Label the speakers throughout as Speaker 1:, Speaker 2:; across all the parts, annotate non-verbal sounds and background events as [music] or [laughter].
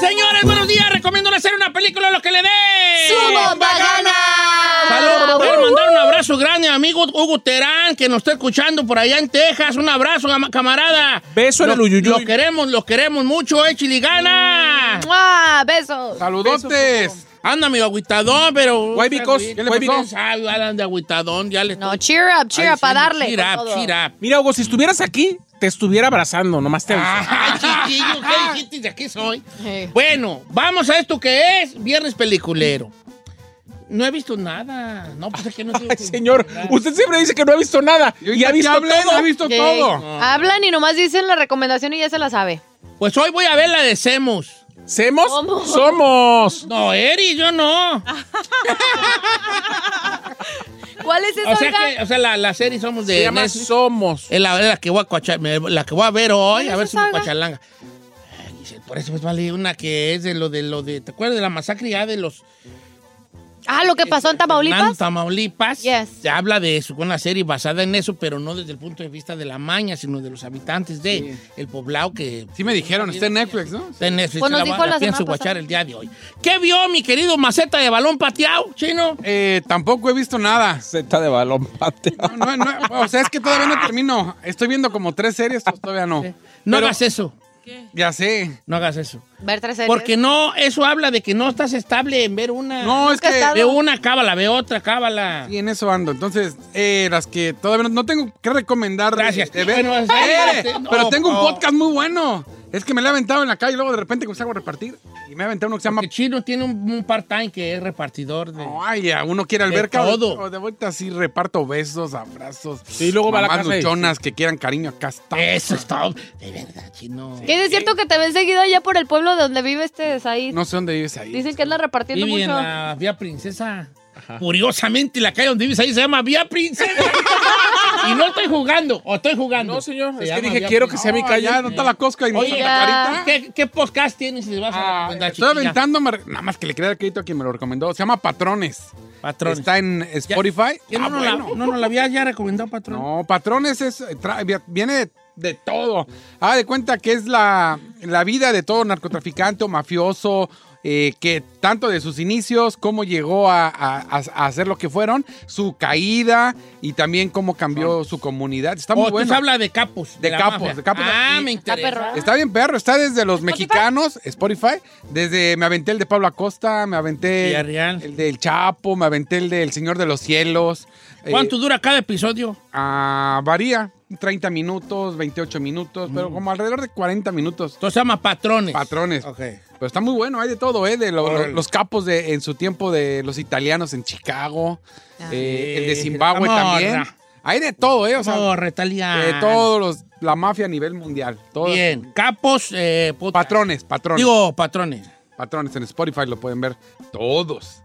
Speaker 1: Señores, buenos días. Recomiendo hacer una película lo que le dé. Saludos. Quiero mandar un abrazo grande a mi amigo Hugo Terán, que nos está escuchando por allá en Texas. Un abrazo, gama- camarada.
Speaker 2: Beso en
Speaker 1: Lo-
Speaker 2: el uyuyuy. Mm.
Speaker 1: Lo queremos, lo queremos mucho, échale y gana.
Speaker 3: ¡Mua! ¡Besos!
Speaker 4: ¡Saludotes!
Speaker 1: Anda, mi agüitadón, pero.
Speaker 2: Why because?
Speaker 1: ¿Qué
Speaker 2: ¿Qué le pasó?
Speaker 1: sabe, anda, agüitadón, ya le
Speaker 3: No,
Speaker 1: estoy-
Speaker 3: cheer up, cheer
Speaker 1: Ay,
Speaker 3: up, a
Speaker 1: sí,
Speaker 3: darle.
Speaker 1: Cheer
Speaker 3: con
Speaker 1: up,
Speaker 3: todo.
Speaker 1: cheer up.
Speaker 2: Mira, Hugo, si estuvieras aquí, te estuviera abrazando, nomás te aviso.
Speaker 1: Ay,
Speaker 2: Ah.
Speaker 1: chiquillo, ¿qué dijiste? De aquí soy.
Speaker 3: Sí.
Speaker 1: Bueno, vamos a esto que es Viernes Peliculero. No he visto nada. No, pues es
Speaker 2: [laughs]
Speaker 1: que no tengo
Speaker 2: Ay,
Speaker 1: que-
Speaker 2: señor, usted siempre dice que no ha visto nada
Speaker 4: Yo
Speaker 2: y ha
Speaker 4: ya
Speaker 2: visto
Speaker 4: hablé,
Speaker 2: todo.
Speaker 4: ha visto
Speaker 3: Sí.
Speaker 4: todo.
Speaker 3: Hablan y nomás dicen la recomendación y ya se la sabe.
Speaker 1: Pues hoy voy a ver la de Semus.
Speaker 2: ¿Semos?
Speaker 3: ¿Cómo?
Speaker 2: Somos.
Speaker 1: No, Eri, yo no.
Speaker 2: Ah.
Speaker 3: ¿Cuál es esa,
Speaker 1: O sea,
Speaker 3: oiga?
Speaker 1: que, o sea la, la serie somos de
Speaker 2: Se llama
Speaker 1: Netflix.
Speaker 2: Somos.
Speaker 1: Es la, es la que voy a coacha- me- la que voy a ver hoy,
Speaker 3: ¿Cuál
Speaker 1: a
Speaker 3: es
Speaker 1: ver si me
Speaker 3: esa?
Speaker 1: coachalanga. Ay, dice, Por eso pues vale una que es de lo de lo de. ¿Te acuerdas de la masacre ya de los
Speaker 3: Ah, lo que pasó en
Speaker 1: Hernán,
Speaker 3: Tamaulipas.
Speaker 1: Tamaulipas?
Speaker 3: Yes.
Speaker 1: Se habla de eso, con una serie basada en eso, pero no desde el punto de vista de la maña, sino de los habitantes de el poblado que
Speaker 4: Sí me dijeron, está en Netflix, ¿no?
Speaker 1: está en Netflix.
Speaker 3: Pues nos
Speaker 1: la,
Speaker 3: dijo
Speaker 1: la
Speaker 3: la semana
Speaker 1: pienso
Speaker 3: pasada.
Speaker 1: guachar el día de hoy. ¿Qué vio mi querido maceta de balón pateado, chino?
Speaker 4: Eh, tampoco he visto nada.
Speaker 2: Zeta de balón pateado.
Speaker 4: No, no, no, o sea, es que todavía no termino. Estoy viendo como tres series, pues todavía no.
Speaker 1: No
Speaker 4: Pero-
Speaker 1: hagas eso.
Speaker 4: Ya sé.
Speaker 1: No hagas eso.
Speaker 3: Ver tres series.
Speaker 1: Porque no, eso habla de que no estás estable en ver una.
Speaker 4: No, es
Speaker 3: Nunca he
Speaker 4: que...
Speaker 3: estado-
Speaker 1: Ve una cábala, ve otra cábala.
Speaker 4: Y en eso ando. Entonces, eh, las que todavía no, no tengo que recomendar. de-
Speaker 1: Gracias.
Speaker 4: de ver.
Speaker 1: Bueno,
Speaker 4: Eh,
Speaker 1: este, no,
Speaker 4: pero tengo un
Speaker 1: no.
Speaker 4: podcast muy bueno. Es que me lo he aventado en la calle y luego de repente comencé a repartir. Y me he aventado uno que se llama...
Speaker 1: Porque Chino tiene un, un part-time que es repartidor de.
Speaker 4: Ay, a uno quiere alberca.
Speaker 1: De todo.
Speaker 4: o De vuelta así reparto besos, abrazos.
Speaker 2: Sí, luego va a la
Speaker 4: mamás
Speaker 2: casa y-
Speaker 4: luchonas que quieran cariño. Acá está.
Speaker 1: Eso está. De verdad, Chino.
Speaker 3: ¿Qué es cierto que te ven seguido allá por el pueblo de donde vive este Said?
Speaker 4: No sé dónde vives ahí.
Speaker 3: Dicen que anda repartiendo
Speaker 1: Vive en
Speaker 3: mucho.
Speaker 1: la Vía Princesa. Curiosamente, la calle donde vives ahí se llama Vía
Speaker 4: [laughs]
Speaker 1: Princesa. y no estoy jugando, o estoy jugando.
Speaker 2: No, señor.
Speaker 1: Se
Speaker 2: es
Speaker 1: llama
Speaker 2: que dije,
Speaker 1: Vía
Speaker 2: quiero que
Speaker 1: Princesa.
Speaker 2: sea mi calle.
Speaker 4: Ya, no está la cosca y no
Speaker 1: Oye,
Speaker 4: está
Speaker 3: ya.
Speaker 4: la carita.
Speaker 1: ¿Qué, qué podcast tienes y le vas a
Speaker 4: Ah,
Speaker 1: recomendar,
Speaker 4: estoy
Speaker 1: chiquilla?
Speaker 4: aventando, me re- nada más que le quería dar crédito a quien me lo recomendó. Se llama Patrones.
Speaker 1: Patrones.
Speaker 4: Está en Spotify.
Speaker 1: ¿Quién
Speaker 4: Ah,
Speaker 1: no, nos la-
Speaker 4: bueno.
Speaker 1: no nos la había ya recomendado, patrón?
Speaker 4: No, Patrones es, eh, tra- viene de, de todo. Haga de cuenta que es la, la vida de todo narcotraficante o mafioso, eh, que tanto de sus inicios, cómo llegó a, a- a- a hacer lo que fueron, su caída y también cómo cambió su comunidad. Está muy
Speaker 1: Oh,
Speaker 4: bueno.
Speaker 1: tú hablas de capos.
Speaker 4: De capos,
Speaker 1: mafia.
Speaker 4: de capos.
Speaker 1: Ah,
Speaker 4: Y-
Speaker 1: me interesa.
Speaker 3: perro.
Speaker 4: Está bien, perro. Está desde los mexicanos, Spotify. Desde me aventé el de Pablo Acosta, me aventé
Speaker 1: Villarreal.
Speaker 4: el del Chapo, me aventé el del Señor de los Cielos. Eh,
Speaker 1: ¿Cuánto dura cada episodio?
Speaker 4: ah, varía. 30 minutos, 28 minutos, pero como alrededor de 40 minutos.
Speaker 1: Entonces se llama Mm. Patrones.
Speaker 4: Patrones.
Speaker 1: Ok.
Speaker 4: Pero está muy bueno, hay de todo, ¿eh? De lo- lo-
Speaker 1: Órale.
Speaker 4: los capos de, en su tiempo de los italianos en Chicago, eh, el de Zimbabue
Speaker 1: Amorra.
Speaker 4: también. Hay de todo, ¿eh? O sea,
Speaker 1: No, retalia.
Speaker 4: de todos los, la mafia a nivel mundial. Todos
Speaker 1: Bien. Capos, eh, puta.
Speaker 4: Patrones, patrones.
Speaker 1: Digo, patrones.
Speaker 4: Patrones en Spotify lo pueden ver todos.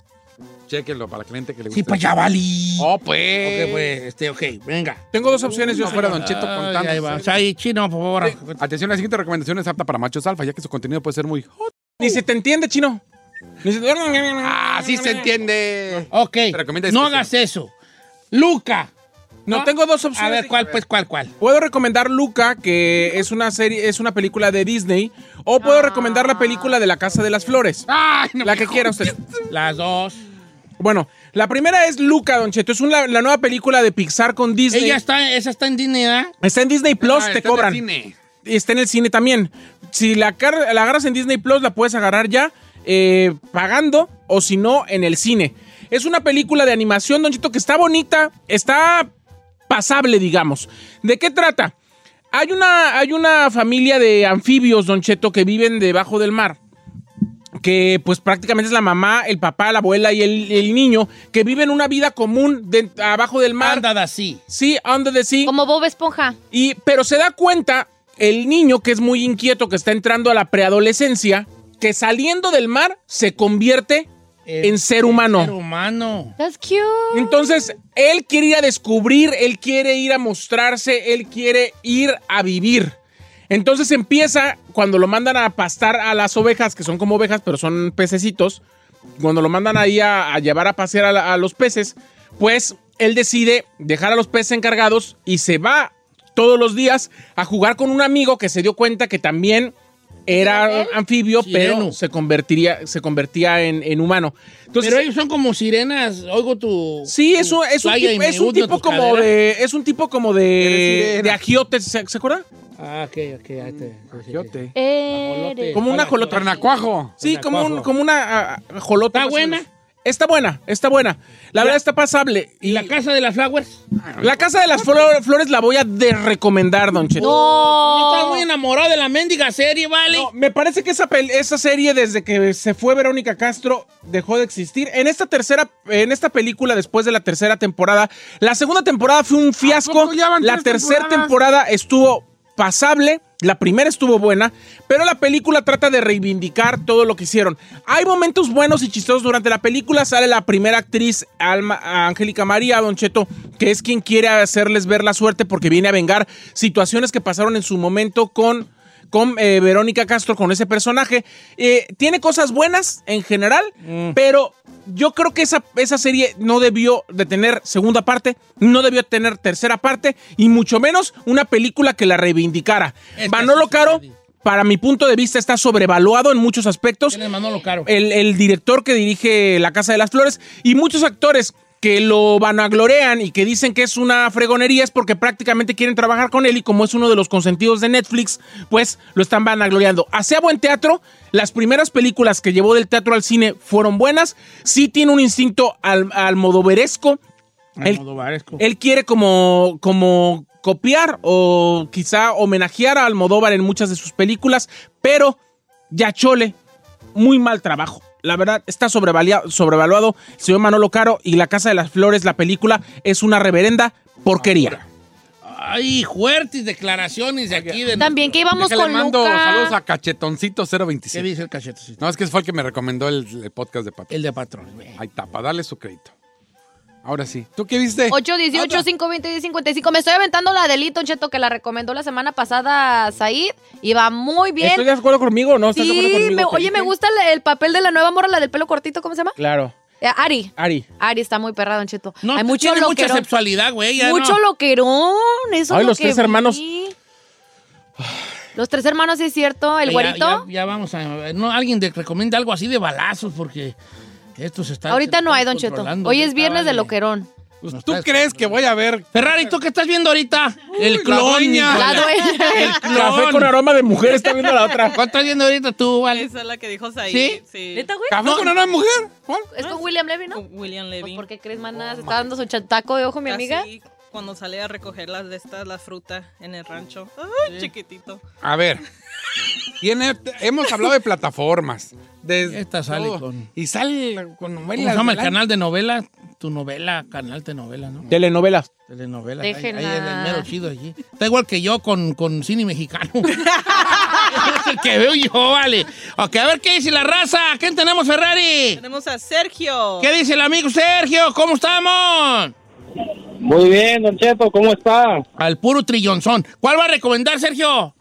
Speaker 4: Chequenlo para la gente que le gusta.
Speaker 1: Sí, pues ya valí.
Speaker 4: Oh, pues.
Speaker 1: Ok, pues, este, ok, venga.
Speaker 2: Tengo dos opciones yo
Speaker 4: No fuera
Speaker 2: fuera.
Speaker 4: Don Cheto
Speaker 1: Ay,
Speaker 4: contando.
Speaker 1: ahí va. O sea, ahí, chino, por favor.
Speaker 4: Atención, la siguiente recomendación es apta para machos alfa, ya que su contenido puede ser muy hot.
Speaker 2: Ni se te entiende, chino.
Speaker 4: Así
Speaker 2: Así
Speaker 4: Ah, se entiende.
Speaker 1: Ok,
Speaker 4: Te recomienda
Speaker 1: no
Speaker 4: discreción.
Speaker 1: hagas eso. Luca.
Speaker 2: No
Speaker 1: Ah,
Speaker 2: tengo dos opciones.
Speaker 1: A ver, ¿cuál, pues, cuál, cuál?
Speaker 2: Puedo recomendar Luca, que es una serie, es una película de Disney, o puedo recomendar la película de la Casa de las Flores.
Speaker 4: Ah,
Speaker 1: Ay, no
Speaker 2: La
Speaker 1: me
Speaker 2: que quiera usted.
Speaker 1: Las dos.
Speaker 2: Bueno, la primera es Luca, Don Cheto. Es una- la nueva película de Pixar con Disney.
Speaker 1: Ella está, esa está en Disney, ¿verdad?
Speaker 2: Está en Disney Plus,
Speaker 4: Ah,
Speaker 2: te
Speaker 4: está en el
Speaker 2: cobran.
Speaker 4: cine.
Speaker 2: Y está en el cine también. Si la, car- la agarras en Disney Plus, la puedes agarrar ya eh, pagando o si no, en el cine. Es una película de animación, Don Chito, que está bonita, está pasable, digamos. ¿De qué trata? Hay una, hay una familia de anfibios, Don Cheto, que viven debajo del mar que pues prácticamente es la mamá, el papá, la abuela y el, el niño, que viven una vida común de- abajo del mar.
Speaker 1: Manda así.
Speaker 2: Sí, under the sea.
Speaker 3: Como Bob Esponja.
Speaker 2: Y, pero se da cuenta el niño que es muy inquieto, que está entrando a la preadolescencia, que saliendo del mar se convierte en ser humano.
Speaker 1: Ser humano.
Speaker 3: That's cute.
Speaker 2: Entonces, él quiere ir a descubrir, él quiere ir a mostrarse, él quiere ir a vivir. Entonces empieza cuando lo mandan a pastar a las ovejas, que son como ovejas, pero son pececitos. Cuando lo mandan ahí a, a llevar a pasear a, la- a los peces, pues él decide dejar a los peces encargados y se va todos los días a jugar con un amigo que se dio cuenta que también era anfibio,
Speaker 1: Sireno.
Speaker 2: pero se convertiría, se convertía en, en humano. Entonces,
Speaker 1: Pero ellos son como sirenas. Oigo tu.
Speaker 2: Sí, es
Speaker 1: tu
Speaker 2: un, es un
Speaker 1: playa y
Speaker 2: tipo,
Speaker 1: me
Speaker 2: es un
Speaker 1: hundo
Speaker 2: tipo
Speaker 1: tus
Speaker 2: como
Speaker 1: caderas.
Speaker 2: de. Es un tipo como
Speaker 4: Eres
Speaker 2: de.
Speaker 4: sirena.
Speaker 2: De agiote, ¿se, se acuerda?
Speaker 1: Ah, ok, ok. ahí está. Sí, sí, sí.
Speaker 4: Yote.
Speaker 3: Eres-
Speaker 2: Como una jolota.
Speaker 4: Tornacuajo.
Speaker 2: Sí, como, un-
Speaker 1: Anacuajo.
Speaker 2: como una ah,
Speaker 1: ¿Está
Speaker 2: jolota. más o
Speaker 1: buena?
Speaker 2: menos. Está buena, está buena. La verdad está pasable.
Speaker 1: ¿Y la casa de las flowers?
Speaker 2: La casa de las Flo- flores la voy a desrecomendar, Don Cheto.
Speaker 3: No.
Speaker 1: Estaba muy enamorado de la mendiga serie, ¿vale?
Speaker 2: No, me parece que esa, pel- esa serie, desde que se fue Verónica Castro, dejó de existir. En esta tercera, en esta película, después de la tercera temporada, la segunda temporada fue un fiasco.
Speaker 4: poco ya van
Speaker 2: La
Speaker 4: tres
Speaker 2: tercera
Speaker 4: temporadas?
Speaker 2: temporada estuvo pasable. La primera estuvo buena, pero la película trata de reivindicar todo lo que hicieron. Hay momentos buenos y chistosos durante la película. Sale la primera actriz, Alma, a Angélica María Don Cheto, que es quien quiere hacerles ver la suerte porque viene a vengar situaciones que pasaron en su momento con con eh, Verónica Castro, con ese personaje. Eh, tiene cosas buenas en general,
Speaker 1: Mm.
Speaker 2: pero yo creo que esa, esa serie no debió de tener segunda parte, no debió tener tercera parte, y mucho menos una película que la reivindicara.
Speaker 1: Es que
Speaker 2: Manolo
Speaker 1: así
Speaker 2: Caro,
Speaker 1: sucede.
Speaker 2: para mi punto de vista, está sobrevaluado en muchos aspectos.
Speaker 1: ¿Quién es Manolo Caro?
Speaker 2: El, el director que dirige La Casa de las Flores y muchos actores que lo vanaglorean y que dicen que es una fregonería es porque prácticamente quieren trabajar con él y como es uno de los consentidos de Netflix, pues lo están vanagloriando. Hacía buen teatro, las primeras películas que llevó del teatro al cine fueron buenas, sí tiene un instinto al, almodoveresco, el-
Speaker 1: Almodovaresco.
Speaker 2: él quiere como, como copiar o quizá homenajear a Almodóvar en muchas de sus películas, pero Yachole, muy mal trabajo. La verdad, está sobrevalia- sobrevaluado el señor Manolo Caro y La Casa de las Flores, la película, es una reverenda porquería.
Speaker 1: Ay, fuertes declaraciones de aquí. De
Speaker 3: También que íbamos
Speaker 4: Déjale,
Speaker 3: con
Speaker 4: mando saludos
Speaker 3: Luca.
Speaker 4: a Cachetoncito
Speaker 1: ¿Qué
Speaker 4: 027.
Speaker 1: dice el cachetecito?
Speaker 4: No, es que fue el que me recomendó el, el podcast de Pato.
Speaker 1: El de patrón. güey.
Speaker 4: Ahí tapa, dale su crédito. Ahora sí. ¿Tú qué viste?
Speaker 3: 818 520 1055 Me estoy aventando la de Lito Cheto que la recomendó la semana pasada Said. Y va muy
Speaker 2: ¿Estás
Speaker 3: bien.
Speaker 2: de acuerdo conmigo o no? ¿Estás de acuerdo
Speaker 3: Sí,
Speaker 2: conmigo?
Speaker 3: me- oye, me gusta el, el papel de la nueva morra, la del pelo cortito, ¿cómo se llama?
Speaker 2: Claro.
Speaker 3: Eh, Ari.
Speaker 2: Ari.
Speaker 3: Ari está muy perra, Don Cheto.
Speaker 1: No,
Speaker 3: Hay mucho
Speaker 1: tiene mucha
Speaker 3: loquerón.
Speaker 1: sexualidad, güey. ya
Speaker 3: mucho
Speaker 1: no.
Speaker 3: loquerón. Eso
Speaker 2: Ay,
Speaker 3: es lo
Speaker 2: los
Speaker 3: que
Speaker 2: tres
Speaker 3: vi.
Speaker 2: hermanos.
Speaker 3: Los tres hermanos, sí es cierto. El
Speaker 1: Ya-
Speaker 3: güerito.
Speaker 1: Ya, ya vamos a. No, alguien te recomienda algo así de balazos porque esto se está.
Speaker 3: Ahorita
Speaker 1: se
Speaker 3: no
Speaker 1: está
Speaker 3: hay, Don Cheto.
Speaker 1: controlando,
Speaker 3: Hoy
Speaker 1: ya
Speaker 3: es
Speaker 1: está,
Speaker 3: viernes de
Speaker 1: vale.
Speaker 3: loquerón.
Speaker 4: Pues,
Speaker 1: No
Speaker 4: ¿Tú
Speaker 1: estás-
Speaker 4: crees que voy a ver?
Speaker 1: Ferrari, ¿tú qué estás viendo ahorita? el
Speaker 4: la
Speaker 1: clon.
Speaker 4: dueña.
Speaker 1: hijo
Speaker 3: La
Speaker 1: de-
Speaker 3: dueña.
Speaker 1: El clon.
Speaker 2: Café con aroma de mujer, está viendo la otra.
Speaker 1: ¿Cuál estás viendo ahorita tú, Vale?
Speaker 5: Esa es la que dijo Said.
Speaker 1: ¿Sí?
Speaker 5: ¿Neta, güey?
Speaker 4: ¿Café con una mujer? ¿Cuál?
Speaker 3: Es con William Levy, ¿no? Pues,
Speaker 5: William Levy.
Speaker 3: ¿Por qué crees, maná? Se está dando su chataco de ojo, mi amiga.
Speaker 5: Así, cuando sale a recoger las de estas, la fruta en el rancho. Ay, chiquitito.
Speaker 4: A ver. Tiene- hemos hablado de plataformas. De
Speaker 1: Esta sale
Speaker 4: todo.
Speaker 1: con-
Speaker 4: Y sale con
Speaker 1: ¿Cómo
Speaker 4: novelas.
Speaker 1: se llama el
Speaker 4: ¿verdad?
Speaker 1: canal de novela? Tu novela, canal de novela, ¿no?
Speaker 2: Telenovelas.
Speaker 1: Telenovela. Ahí, ahí es el
Speaker 3: Déjenla.
Speaker 1: mero chido allí. Está igual que yo con, con cine mexicano. [laughs] es el que veo yo, vale. Ok, a ver qué dice la raza. ¿Quién tenemos, Ferrari?
Speaker 5: Tenemos a Sergio.
Speaker 1: ¿Qué dice el amigo Sergio? ¿Cómo estamos?
Speaker 6: Muy bien, Don Cheto, ¿cómo está?
Speaker 1: Al puro trillonzón. ¿Cuál va a recomendar, Sergio?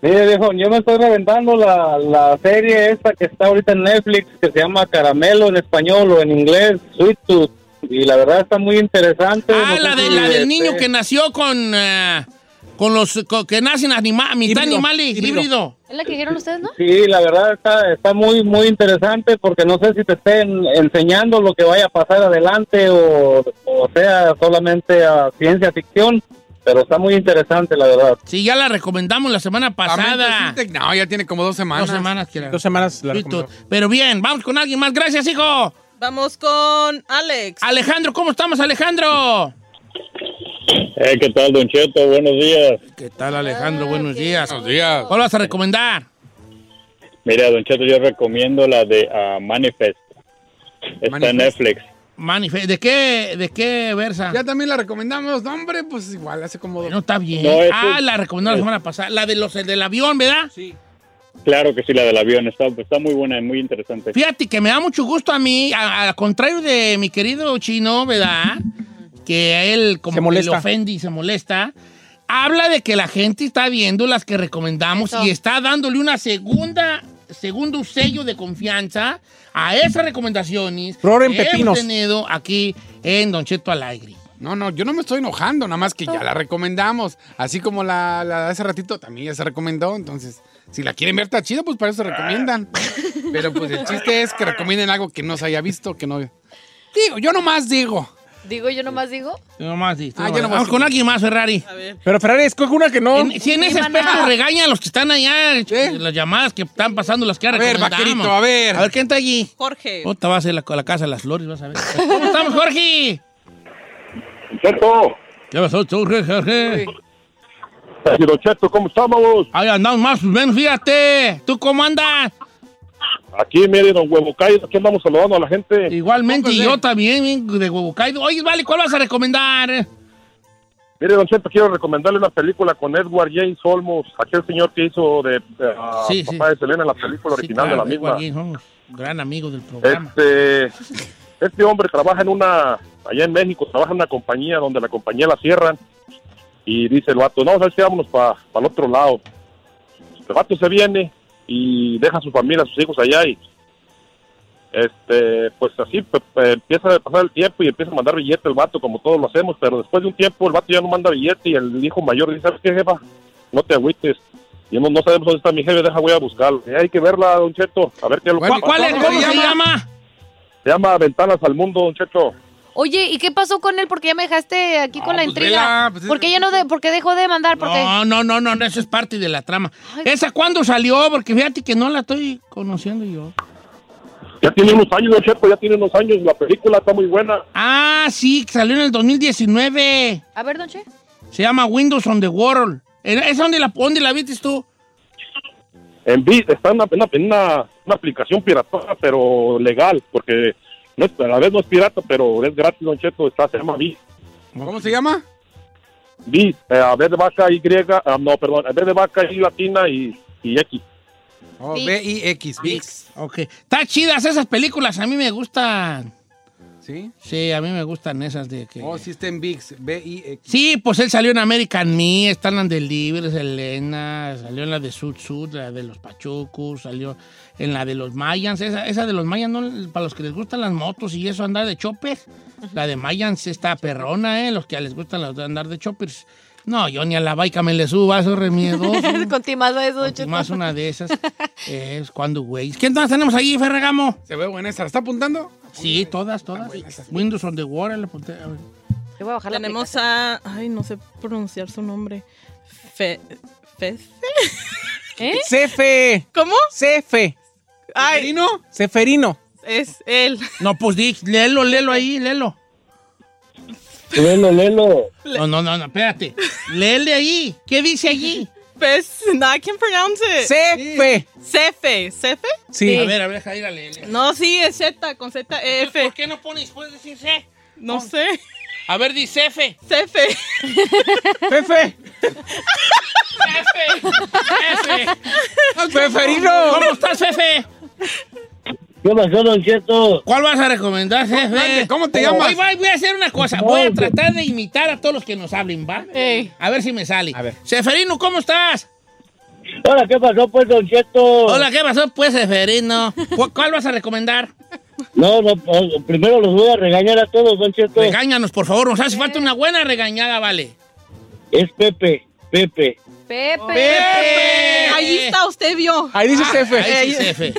Speaker 6: Mire, viejo, yo me estoy reventando la, la serie esta que está ahorita en Netflix, que se llama Caramelo en español o en inglés, Sweet Tooth. Y la verdad está muy interesante.
Speaker 1: Ah,
Speaker 6: No sé
Speaker 1: la, de,
Speaker 6: si,
Speaker 1: la del niño
Speaker 6: este,
Speaker 1: que nació con. eh, con los con- que nacen anima, mitad
Speaker 2: Híbrido,
Speaker 1: animal y
Speaker 2: híbrido.
Speaker 1: híbrido.
Speaker 3: ¿Es la que dijeron ustedes,
Speaker 6: [laughs]
Speaker 3: no?
Speaker 6: Sí, la verdad está, está muy, muy interesante porque no sé si te estén enseñando lo que vaya a pasar adelante o, o sea solamente a ciencia ficción, pero está muy interesante, la verdad.
Speaker 1: Sí, ya la recomendamos la semana pasada.
Speaker 4: También te- No, ya tiene como dos semanas.
Speaker 1: Dos semanas que la-
Speaker 2: Dos semanas la
Speaker 1: Listo.
Speaker 2: recomendó.
Speaker 1: Pero bien, vamos con alguien más. Gracias, hijo.
Speaker 5: Vamos con Alex.
Speaker 1: Alejandro, ¿cómo estamos, Alejandro?
Speaker 6: Eh, ¿Qué tal, Don Cheto? Buenos días.
Speaker 1: ¿Qué tal, Alejandro? Buenos días.
Speaker 4: Buenos días.
Speaker 1: ¿Cuál vas a recomendar?
Speaker 6: Mira, Don Cheto, yo recomiendo la de ah, Manifest. Está en
Speaker 4: Manifest.
Speaker 6: Netflix.
Speaker 1: Manife- ¿De qué, de qué versa?
Speaker 4: Ya también la recomendamos. No, hombre, pues igual hace como dos.
Speaker 1: No está bien.
Speaker 6: No, es
Speaker 1: ah,
Speaker 6: un-
Speaker 1: la recomendó la
Speaker 6: es-
Speaker 1: semana pasada. La de los el del avión, ¿verdad?
Speaker 6: Claro que sí, la del avión. Está, está muy buena y muy interesante.
Speaker 1: Fíjate que me da mucho gusto a mí, a- al contrario de mi querido chino, ¿verdad? Que a él como
Speaker 2: Se
Speaker 1: que
Speaker 2: molesta.
Speaker 1: le ofende y se molesta. Habla de que la gente está viendo las que recomendamos
Speaker 3: Eso.
Speaker 1: y está dándole una segunda, segundo sello de confianza a esas recomendaciones
Speaker 2: Roren
Speaker 1: que hemos
Speaker 2: pepinos.
Speaker 1: tenido aquí en Don Cheto Alegre.
Speaker 4: No, no, yo no me estoy enojando, nada más que ya la recomendamos. Así como la, la de hace ratito también ya se recomendó. Entonces, si la quieren ver, está chida, pues para eso se recomiendan. Pero pues el chiste es que recomienden algo que no se haya visto, que no. Digo, yo nomás digo.
Speaker 3: Digo, yo nomás digo.
Speaker 1: Tú nomás, di, tú
Speaker 4: Ah, yo
Speaker 1: nomás.
Speaker 4: nomás.
Speaker 1: Vamos con alguien más, Ferrari.
Speaker 5: A ver.
Speaker 2: Pero Ferrari, escoge una que no.
Speaker 1: En- si en ese
Speaker 3: Sí, maná.
Speaker 1: aspecto regaña a los que están allá, las llamadas que están pasando, las que ya
Speaker 4: A ver,
Speaker 1: recomendamos.
Speaker 4: vaquerito, a ver.
Speaker 1: A ver, ¿quién está allí?
Speaker 5: Jorge.
Speaker 1: Otra va a ser la, la casa de las flores, vas a ver. ¿Cómo estamos, Jorge?
Speaker 6: Cheto,
Speaker 1: ¿Qué pasó, tú, Jorge?
Speaker 6: Don Cheto, ¿cómo estamos?
Speaker 1: Ahí andamos más, pues, ven, fíjate. ¿Tú cómo andas?
Speaker 6: Aquí, miren, Don Huevo Cayo, aquí andamos saludando a la gente.
Speaker 4: pues,
Speaker 1: Igualmente,
Speaker 4: Poco
Speaker 1: y
Speaker 4: sé.
Speaker 1: yo también, bien, de huevo caído. Oye, vale, ¿cuál vas a recomendar?
Speaker 6: Mire, don Cheto, quiero recomendarle una película con Edward James Olmos, aquel señor que hizo de eh, ah,
Speaker 1: Sí, sí.
Speaker 6: papá de Selena en la película
Speaker 1: Sí,
Speaker 6: original
Speaker 1: claro,
Speaker 6: de la misma.
Speaker 1: igual, somos gran amigo del programa.
Speaker 6: Este, este hombre trabaja en una, allá en México, trabaja en una compañía donde la compañía la cierran y dice el vato, no, ¿sabes qué? Vámonos para el otro lado. El vato se viene y deja a su familia, a sus hijos allá y este, pues así pe- pe- empieza a pasar el tiempo y empieza a mandar billete el vato como todos lo hacemos, pero después de un tiempo el vato ya no manda billete y el hijo mayor dice, ¿sabes qué, jefa? No te agüites. Y no, no sabemos dónde está mi jefe, deja, voy a buscarlo. Y hay que verla, don Cheto, a ver qué es lo que
Speaker 1: ¿Cuál,
Speaker 6: pasa.
Speaker 1: cuál es?
Speaker 4: ¿cómo
Speaker 1: ¿Cómo
Speaker 4: se
Speaker 1: se llama?
Speaker 6: Se llama Ventanas al Mundo, Don Cheto.
Speaker 3: Oye, ¿y qué pasó con él? Porque ya me dejaste aquí
Speaker 4: No,
Speaker 3: con la
Speaker 4: pues
Speaker 3: intriga.
Speaker 4: vela, pues es-
Speaker 3: ¿Por qué ya no de, por qué dejó de mandar? Porque
Speaker 1: No, no, no, no, no, eso es parte de la trama.
Speaker 3: Ay.
Speaker 1: ¿Esa cuándo salió? Porque fíjate que no la estoy conociendo yo.
Speaker 6: Ya tiene unos años, Don Cheto, ya tiene unos años. La película está muy buena.
Speaker 1: Ah, sí, salió en el 2019.
Speaker 3: A ver, don Che.
Speaker 1: Se llama Windows on the World. ¿Es donde la, dónde la viste tú?
Speaker 6: En vi- está en una, en una- en una- una aplicación pirata, pero legal, porque no es- a la vez no es pirata, pero es gratis, Don Cheto. Está, se llama Vi.
Speaker 4: ¿Cómo se llama?
Speaker 6: Vi, eh, a ver de vaca Y, ah, no, perdón, a ver de vaca Y latina y, y X.
Speaker 4: Oh,
Speaker 3: Vix.
Speaker 4: B-I-X, VIX.
Speaker 1: Ok. Está chidas esas películas. A mí me gustan.
Speaker 4: ¿Sí?
Speaker 1: Sí, a mí me gustan esas de que.
Speaker 4: Oh, sí está en VIX, B-I-X.
Speaker 1: Sí, pues él salió en American Me, está en la del Libres, Elena, salió en la de Sud Sud, la de los Pachucos, salió en la de los Mayans, esa, esa de los Mayans, ¿no? para los que les gustan las motos y eso, andar de choppers, la de Mayans está perrona, ¿eh? Los que les gustan los de andar de choppers. No, yo ni a la baica me le subo, eso es [laughs] remiedo.
Speaker 3: Contimazo eso, don Cheto.
Speaker 1: más una de [laughs] esas es cuando, güey. ¿Quién más tenemos ahí, Ferragamo?
Speaker 4: Se ve buena esa. ¿La está apuntando?
Speaker 1: Ah, Sí, todas, todas. Windows on the Water, le apunté. a ver.
Speaker 3: Yo voy a bajar la
Speaker 5: Tenemos
Speaker 3: aplicación.
Speaker 5: a. Ay, no sé pronunciar su nombre. Fe. Fe.
Speaker 3: ¿Eh?
Speaker 2: Cefe.
Speaker 5: ¿Cómo?
Speaker 2: Cefe.
Speaker 5: Ay,
Speaker 4: ¿No?
Speaker 2: Ceferino.
Speaker 5: es él.
Speaker 1: No, pues di, léelo, léelo ahí, léelo.
Speaker 6: Lelo, lelo.
Speaker 1: No, no, no, no, espérate. Léele ahí. ¿Qué dice allí?
Speaker 5: Fez. No, I can't pronounce it.
Speaker 2: Cefe.
Speaker 5: Cefe. ¿Cefe?
Speaker 2: Sí.
Speaker 1: A ver, a ver, deja ir a leerle.
Speaker 5: No, sí, es Z, con Z, E,
Speaker 1: ¿Por
Speaker 5: F.
Speaker 1: qué no pones después de decir C?
Speaker 5: No sé.
Speaker 1: A ver, dice F.
Speaker 5: Cefe.
Speaker 2: Fefe.
Speaker 1: F. F.
Speaker 2: Ceferino.
Speaker 1: ¿Cómo estás, Fefe?
Speaker 6: ¿Qué pasó, Don Cheto?
Speaker 1: ¿Cuál vas a recomendar, Fefe?
Speaker 4: Dale, ¿Cómo te llamas?
Speaker 1: Hoy voy, voy a hacer una cosa. Voy a tratar de imitar a todos los que nos hablen, ¿va?
Speaker 3: Ey.
Speaker 1: A ver si me sale.
Speaker 4: A ver.
Speaker 1: Seferino, ¿cómo estás?
Speaker 7: Hola, ¿qué pasó, pues, Don Cheto?
Speaker 1: Hola, ¿qué pasó, pues, Seferino? ¿Cu- ¿Cuál vas a recomendar?
Speaker 7: No, no, no, primero los voy a regañar a todos, Don Cheto.
Speaker 1: Regáñanos, por favor. Nos hace falta una buena regañada, vale.
Speaker 7: es Pepe, Pepe.
Speaker 3: Pepe.
Speaker 1: ¡Pepe!
Speaker 5: Ahí está, usted vio.
Speaker 2: Ahí dice Cefe.
Speaker 1: Ahí sí, Cefe.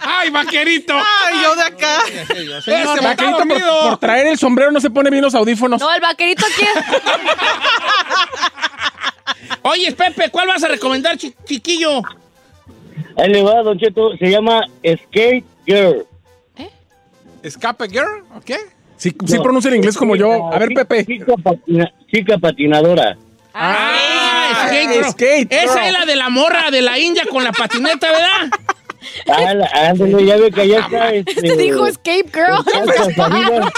Speaker 4: ¡Ay, vaquerito!
Speaker 5: Ay, yo de acá.
Speaker 1: Ya sé yo,
Speaker 4: Ese
Speaker 1: señor.
Speaker 4: vaquerito
Speaker 2: Por,
Speaker 4: dormido.
Speaker 2: por traer el sombrero no se pone bien los audífonos.
Speaker 3: No, el vaquerito aquí
Speaker 1: [laughs]
Speaker 3: es- [laughs]
Speaker 1: Oye, Pepe, ¿cuál vas a recomendar, chi- chiquillo?
Speaker 7: Ahí le va, Don Cheto. Se llama Skate Girl.
Speaker 4: ¿Escape Girl? ¿O qué?
Speaker 2: Si sí, sí pronuncia el inglés como yo. A ver,
Speaker 7: Chica-
Speaker 2: Pepe.
Speaker 7: Chica, patina- chica patinadora.
Speaker 1: Ah, skate,
Speaker 2: eh,
Speaker 1: bro.
Speaker 2: skate, bro.
Speaker 1: Esa es la de la morra de la India con la patineta, ¿verdad?
Speaker 7: Ándale, ándale, ya ve que allá está.
Speaker 3: [laughs]
Speaker 7: Este,
Speaker 3: Dijo escape girl. [laughs]
Speaker 1: Pues
Speaker 7: amigas.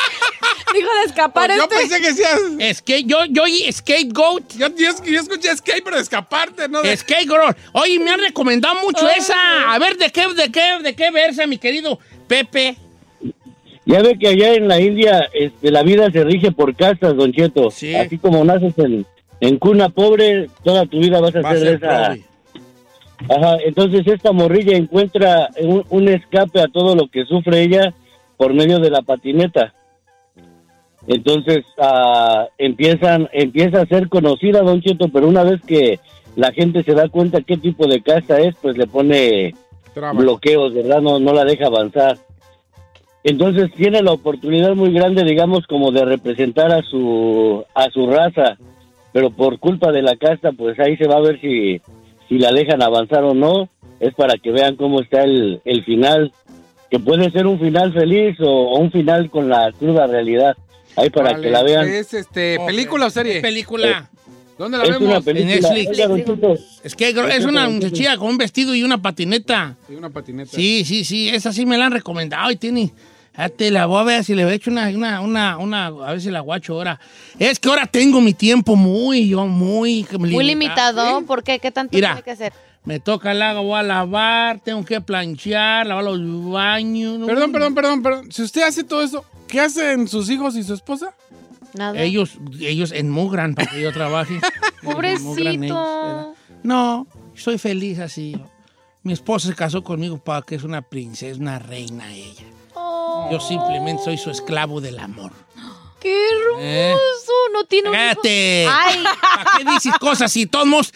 Speaker 3: Dijo de escapar
Speaker 4: Pues Yo
Speaker 3: este.
Speaker 4: pensé que decías...
Speaker 1: Skate, yo, yo, y scapegoat.
Speaker 4: Yo, yo, yo escuché escape, pero de escaparte, ¿no? De-
Speaker 1: Skate girl. Oye, me han recomendado mucho esa. A ver, ¿de qué, de qué, de qué versa, mi querido Pepe?
Speaker 7: Ya ve que allá en la India este, la vida se rige por castas, Don Cheto.
Speaker 1: Sí.
Speaker 7: Así como naces en, en cuna pobre, toda tu vida vas a
Speaker 1: Va a
Speaker 7: ser
Speaker 1: ser
Speaker 7: esa.
Speaker 1: Chloe.
Speaker 7: Ajá, entonces esta morrilla encuentra un, un escape a todo lo que sufre ella por medio de la patineta. Entonces ah, empiezan, empieza a ser conocida Don Cheto, pero una vez que la gente se da cuenta qué tipo de casa es, pues le pone
Speaker 4: Traba.
Speaker 7: bloqueos, ¿verdad? No, no la deja avanzar. Entonces tiene la oportunidad muy grande, digamos, como de representar a su, a su raza, pero por culpa de la casta, pues ahí se va a ver si, si la dejan avanzar o no. Es para que vean cómo está el, el final, que puede ser un final feliz o, o un final con la cruda realidad. Ahí para
Speaker 4: Vale,
Speaker 7: que la vean. Es,
Speaker 4: ¿Es este,
Speaker 1: Ok.
Speaker 4: película o
Speaker 1: ¿Qué
Speaker 4: serie?
Speaker 1: película?
Speaker 4: ¿Dónde la pues, vemos?
Speaker 7: una
Speaker 4: película.
Speaker 7: película.
Speaker 1: Netflix.
Speaker 7: Oiga, don Cheto,
Speaker 1: Skate girl. Es una muchachilla con un vestido y una patineta.
Speaker 4: una patineta.
Speaker 1: Sí, sí, sí, esa sí me la han recomendado y tiene. Ah, te la voy a ver si le he hecho una, una, una, una, a ver si la guacho ahora. Es que ahora tengo mi tiempo muy, yo, muy.
Speaker 3: Muy limitado. ¿Por qué? ¿Qué tanto
Speaker 1: Mira.
Speaker 3: tiene que hacer?
Speaker 1: Me toca el agua, voy a lavar, tengo que planchar, lavar los baños. no,
Speaker 4: Perdón, perdón, perdón, perdón. Si usted hace todo eso, ¿qué hacen sus hijos y su esposa?
Speaker 3: Nada.
Speaker 1: Ellos, ellos enmugran para que yo
Speaker 3: [laughs]
Speaker 1: trabaje. Enmugran ellos, ¿verdad?
Speaker 3: Pobrecito.
Speaker 1: No, soy feliz así. Mi esposa se casó conmigo para que es una princesa, una reina ella.
Speaker 3: Oh,
Speaker 1: Yo simplemente soy su esclavo del amor.
Speaker 3: qué hermoso. No tiene un hijo.
Speaker 1: ¡Cállate!
Speaker 3: Ay,
Speaker 1: ¿Para qué dices cosas si todos mos-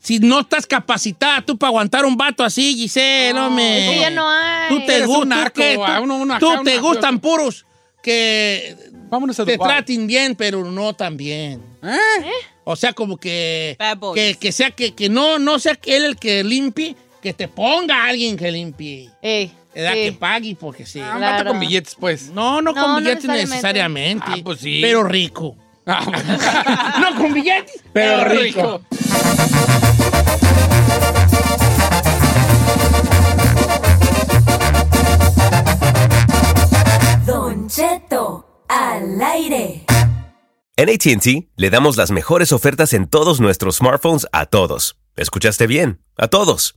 Speaker 1: si no estás capacitada tú para aguantar un vato así, Giselle, hombre?
Speaker 3: es que ya no hay.
Speaker 1: Tú te
Speaker 4: Eres un
Speaker 1: gustan,
Speaker 4: narco, a uno- uno acá,
Speaker 1: tú
Speaker 4: uno
Speaker 1: te
Speaker 4: acá.
Speaker 1: gustan puros que
Speaker 4: Vámonos a
Speaker 1: te
Speaker 4: Dubái.
Speaker 1: traten bien, pero no tan bien.
Speaker 4: ¿Eh?
Speaker 1: O sea, como que
Speaker 5: Bad boys.
Speaker 1: que, que sea que, que no no sea que él el que limpie, que te ponga alguien que limpie.
Speaker 3: Ey,
Speaker 1: Edad
Speaker 3: sí.
Speaker 1: que pague porque sí.
Speaker 4: Ah, un
Speaker 3: Claro.
Speaker 4: vato con billetes, pues.
Speaker 1: No, no con
Speaker 3: No, no
Speaker 1: billetes necesariamente.
Speaker 3: necesariamente.
Speaker 4: Ah, pues sí.
Speaker 1: Pero rico.
Speaker 4: [laughs] Ah, bueno.
Speaker 1: no con billetes,
Speaker 2: Pero
Speaker 1: pero
Speaker 2: rico.
Speaker 1: rico.
Speaker 8: Don Cheto, al aire.
Speaker 9: En ATT le damos las mejores ofertas en todos nuestros smartphones a todos. ¿Escuchaste bien? A todos.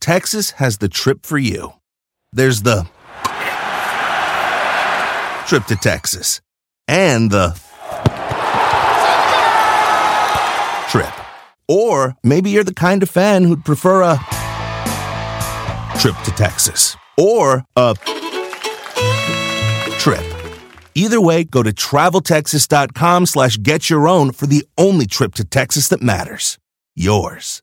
Speaker 10: Texas has the trip for you. There's the trip to Texas and the trip. Or maybe you're the kind of fan who'd prefer a trip to Texas or a trip.
Speaker 11: Either way, go to traveltexas.com slash get your own for the only trip to Texas that matters. Yours.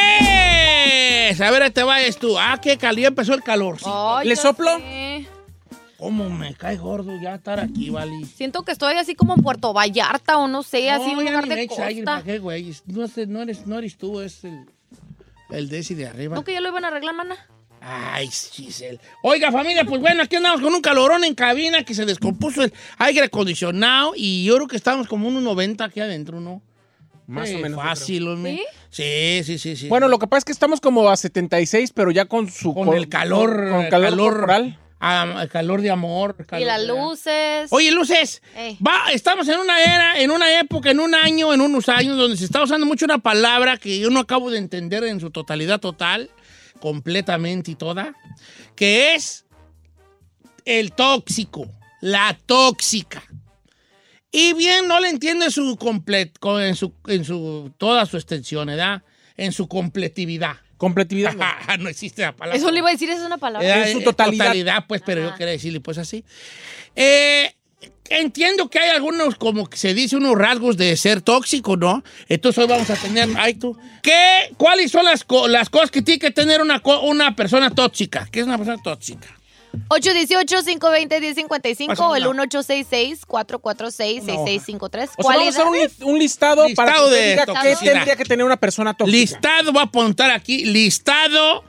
Speaker 1: ¡Señores! A ver, ahí te va esto. Ah, qué caliente empezó el calor.
Speaker 3: Oh.
Speaker 1: ¿Le soplo? ¿Cómo me cae gordo ya estar aquí, Vali?
Speaker 3: Siento que estoy así como en Puerto Vallarta o no sé, así
Speaker 1: No,
Speaker 3: un
Speaker 1: ya
Speaker 3: lugar
Speaker 1: ni
Speaker 3: de
Speaker 1: me eches aire, ¿pa'
Speaker 3: costa.
Speaker 1: qué, güey? No, sé, no eres, no eres tú, es el, el Desi de arriba.
Speaker 3: ¿No que ya lo iban a arreglar, mana?
Speaker 1: Ay, Giselle. Oiga, familia, pues bueno, aquí andamos con un calorón en cabina que se descompuso el aire acondicionado y yo creo que estamos como unos 90 aquí adentro, ¿no?
Speaker 2: Más o
Speaker 1: Eh,
Speaker 2: menos, yo
Speaker 1: Fácil, hombre. ¿Sí? sí, sí, sí,
Speaker 2: Bueno, lo que pasa es que estamos como a 76, pero ya con su...
Speaker 1: Con el calor,
Speaker 2: Con calor,
Speaker 1: calor.
Speaker 2: corporal.
Speaker 1: Ah, calor de amor.
Speaker 3: Y Eh.
Speaker 1: calor
Speaker 3: las
Speaker 1: de-
Speaker 3: luces.
Speaker 1: Oye, luces,
Speaker 3: Ey.
Speaker 1: va, estamos en una era, en una época, en un año, en unos años donde se está usando mucho una palabra que yo no acabo de entender en su totalidad total, completamente y toda, que es el tóxico, la tóxica. Y bien, no le entiende su complet, co- en su, en su, toda su extensión, ¿verdad? En su completividad.
Speaker 2: Completividad.
Speaker 1: [laughs] No, existe la palabra.
Speaker 3: Eso le iba a decir, esa es una palabra.
Speaker 1: Eh, eh, pues, pero yo quería decirle, pues así. Eh, entiendo que hay algunos, como que se dice, unos rasgos de ser tóxico, ¿no? Entonces hoy vamos a tener, ay tú, ¿qué, ¿cuáles son las, co- las cosas que tiene que tener una, co- una persona tóxica? ¿Qué es una persona tóxica?
Speaker 3: 818-520-1055 o el
Speaker 1: Pásamela.
Speaker 3: 1866-446-6653.
Speaker 2: O sea,
Speaker 3: ¿Cuál
Speaker 2: vamos a hacer
Speaker 3: era?
Speaker 2: un, li- un listado, para que
Speaker 1: Listado
Speaker 2: usted
Speaker 1: de
Speaker 2: diga qué
Speaker 1: toxicidad.
Speaker 2: tendría que tener una persona tóxica.
Speaker 1: Listado, voy a apuntar aquí, listado,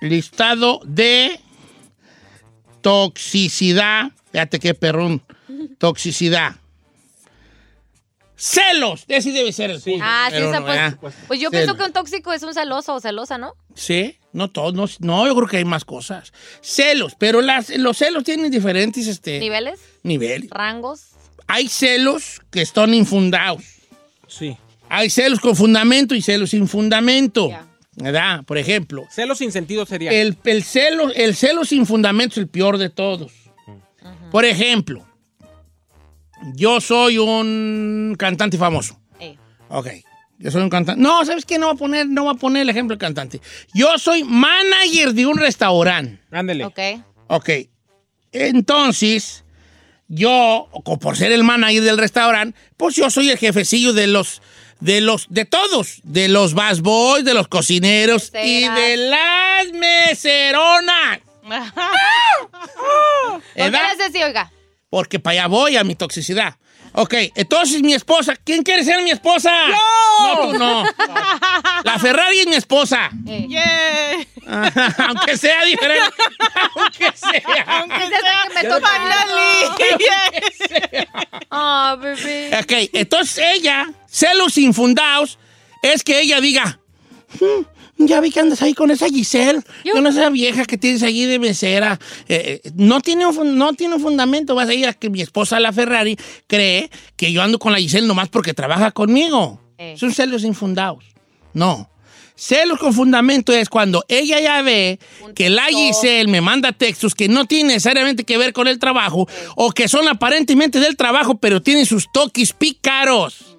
Speaker 1: listado de toxicidad. Fíjate qué perrón, toxicidad. Celos, ese debe ser el punto
Speaker 3: Ah, sí,
Speaker 1: número
Speaker 3: esa
Speaker 1: uno,
Speaker 3: pues,
Speaker 1: ¿verdad?
Speaker 3: pues yo
Speaker 1: Celos.
Speaker 3: pienso que un tóxico es un celoso o celosa, ¿no?
Speaker 1: Sí, no todos, no, no, yo creo que hay más cosas. Celos, pero las, los celos tienen diferentes este,
Speaker 3: ¿Niveles?
Speaker 1: niveles.
Speaker 3: ¿Rangos?
Speaker 1: Hay celos que están infundados.
Speaker 2: Sí.
Speaker 1: Hay celos con fundamento y celos sin fundamento. ¿Verdad? Por ejemplo.
Speaker 2: Celos sin sentido sería.
Speaker 1: El, el celo, el celo sin fundamento es el peor de todos. Por ejemplo, yo soy un cantante famoso.
Speaker 3: Eh.
Speaker 1: Ok. Yo soy un cantante. No, ¿sabes qué? No va a poner, no va a poner el ejemplo del cantante. Yo soy manager de un restaurante.
Speaker 2: Ándele. ¿Eh,
Speaker 3: Ok.
Speaker 1: Ok. Entonces, yo, co- por ser el manager del restaurante, pues yo soy el jefecillo de los, de los, de todos, de los bus boys, de los cocineros y
Speaker 3: Meseras.
Speaker 1: de las meseronas.
Speaker 3: ¿Por qué
Speaker 1: ¿Edad?
Speaker 3: eres así, oiga?
Speaker 1: Porque para allá voy a mi toxicidad. Ok, entonces mi esposa, ¿quién quiere ser mi esposa? No, tú no. La Ferrari es mi esposa.
Speaker 5: Yeah.
Speaker 1: [laughs] Aunque sea diferente. Aunque sea.
Speaker 5: Aunque
Speaker 3: Esa es la
Speaker 5: sea.
Speaker 3: que me toca. [laughs]
Speaker 2: [laughs]
Speaker 5: Finally.
Speaker 3: Ah, bebé.
Speaker 1: [laughs] Ok, entonces ella, celos infundados, es que ella diga, "Hmm, ya vi que andas ahí con esa Giselle, con esa vieja que tienes allí de mesera. Eh, eh, no, tiene un, fun- no tiene un fundamento, vas a ir a que mi esposa, la Ferrari, cree que yo ando con la Giselle nomás porque trabaja conmigo.
Speaker 3: Eh.
Speaker 1: Son celos infundados. No. Celos con fundamento es cuando ella ya ve que la Giselle me manda textos que no tienen necesariamente que ver con el trabajo o que son aparentemente del trabajo, pero tienen sus toques pícaros.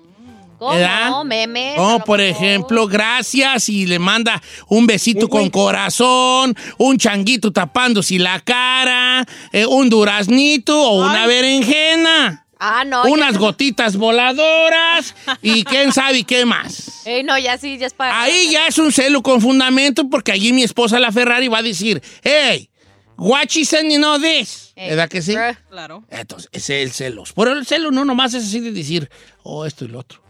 Speaker 3: Oh,
Speaker 1: ¿Edad?
Speaker 3: ¿Cómo? Memes. a
Speaker 1: Oh,
Speaker 3: lo
Speaker 1: por
Speaker 3: mejor.
Speaker 1: ejemplo, gracias y le manda un besito con corazón, un changuito tapándose la cara, eh, un duraznito o una berenjena,
Speaker 3: Ah, no. ya-
Speaker 1: unas gotitas voladoras y quién sabe qué más.
Speaker 3: Ey, no, ya sí, ya es para.
Speaker 1: Ahí ya es un celo con fundamento porque allí mi esposa la Ferrari va a decir, hey, what she sending all this? ¿Verdad que sí?
Speaker 5: Claro.
Speaker 1: Entonces, es el celos. Por el celo no nomás es así de decir, oh, esto y lo otro.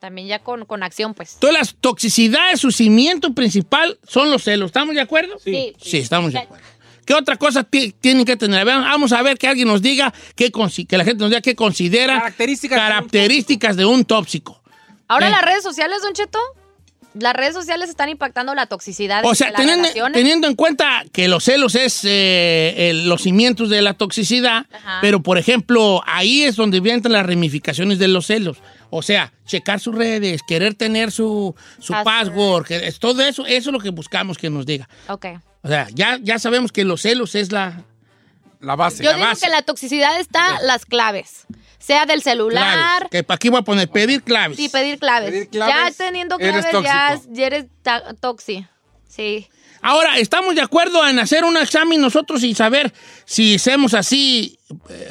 Speaker 3: También ya con, con acción, pues.
Speaker 1: Toda la toxicidad, su cimiento principal son los celos. ¿Estamos de acuerdo?
Speaker 3: Sí.
Speaker 1: Sí, estamos de acuerdo. ¿Qué otra cosa ti- tienen que tener? A ver, Vamos a ver que alguien nos diga, qué consi- que la gente nos diga qué considera características, de un tóxico.
Speaker 3: Ahora
Speaker 1: Eh.
Speaker 3: las redes sociales, Don Cheto, las redes sociales están impactando la toxicidad
Speaker 1: O
Speaker 3: de
Speaker 1: sea,
Speaker 3: las
Speaker 1: teniendo,
Speaker 3: relaciones.
Speaker 1: teniendo en cuenta que los celos es eh, el- los cimientos de la toxicidad,
Speaker 3: Ajá.
Speaker 1: pero por ejemplo, ahí es donde entran las ramificaciones de los celos. O sea, checar sus redes, querer tener su, su password, que es- todo eso, eso es lo que buscamos que nos diga.
Speaker 3: Ok.
Speaker 1: O sea, ya, ya sabemos que los celos es la,
Speaker 4: la base.
Speaker 3: Yo digo que en la toxicidad está las claves, sea del celular,
Speaker 1: Que pa' aquí voy a poner pedir claves.
Speaker 3: sí, pues. pedir claves.
Speaker 1: Pedir claves,
Speaker 3: ya teniendo
Speaker 1: eres
Speaker 3: claves ya, ya eres ta- toxi. Sí.
Speaker 1: Ahora, ¿estamos de acuerdo en hacer un examen nosotros y saber si hacemos así?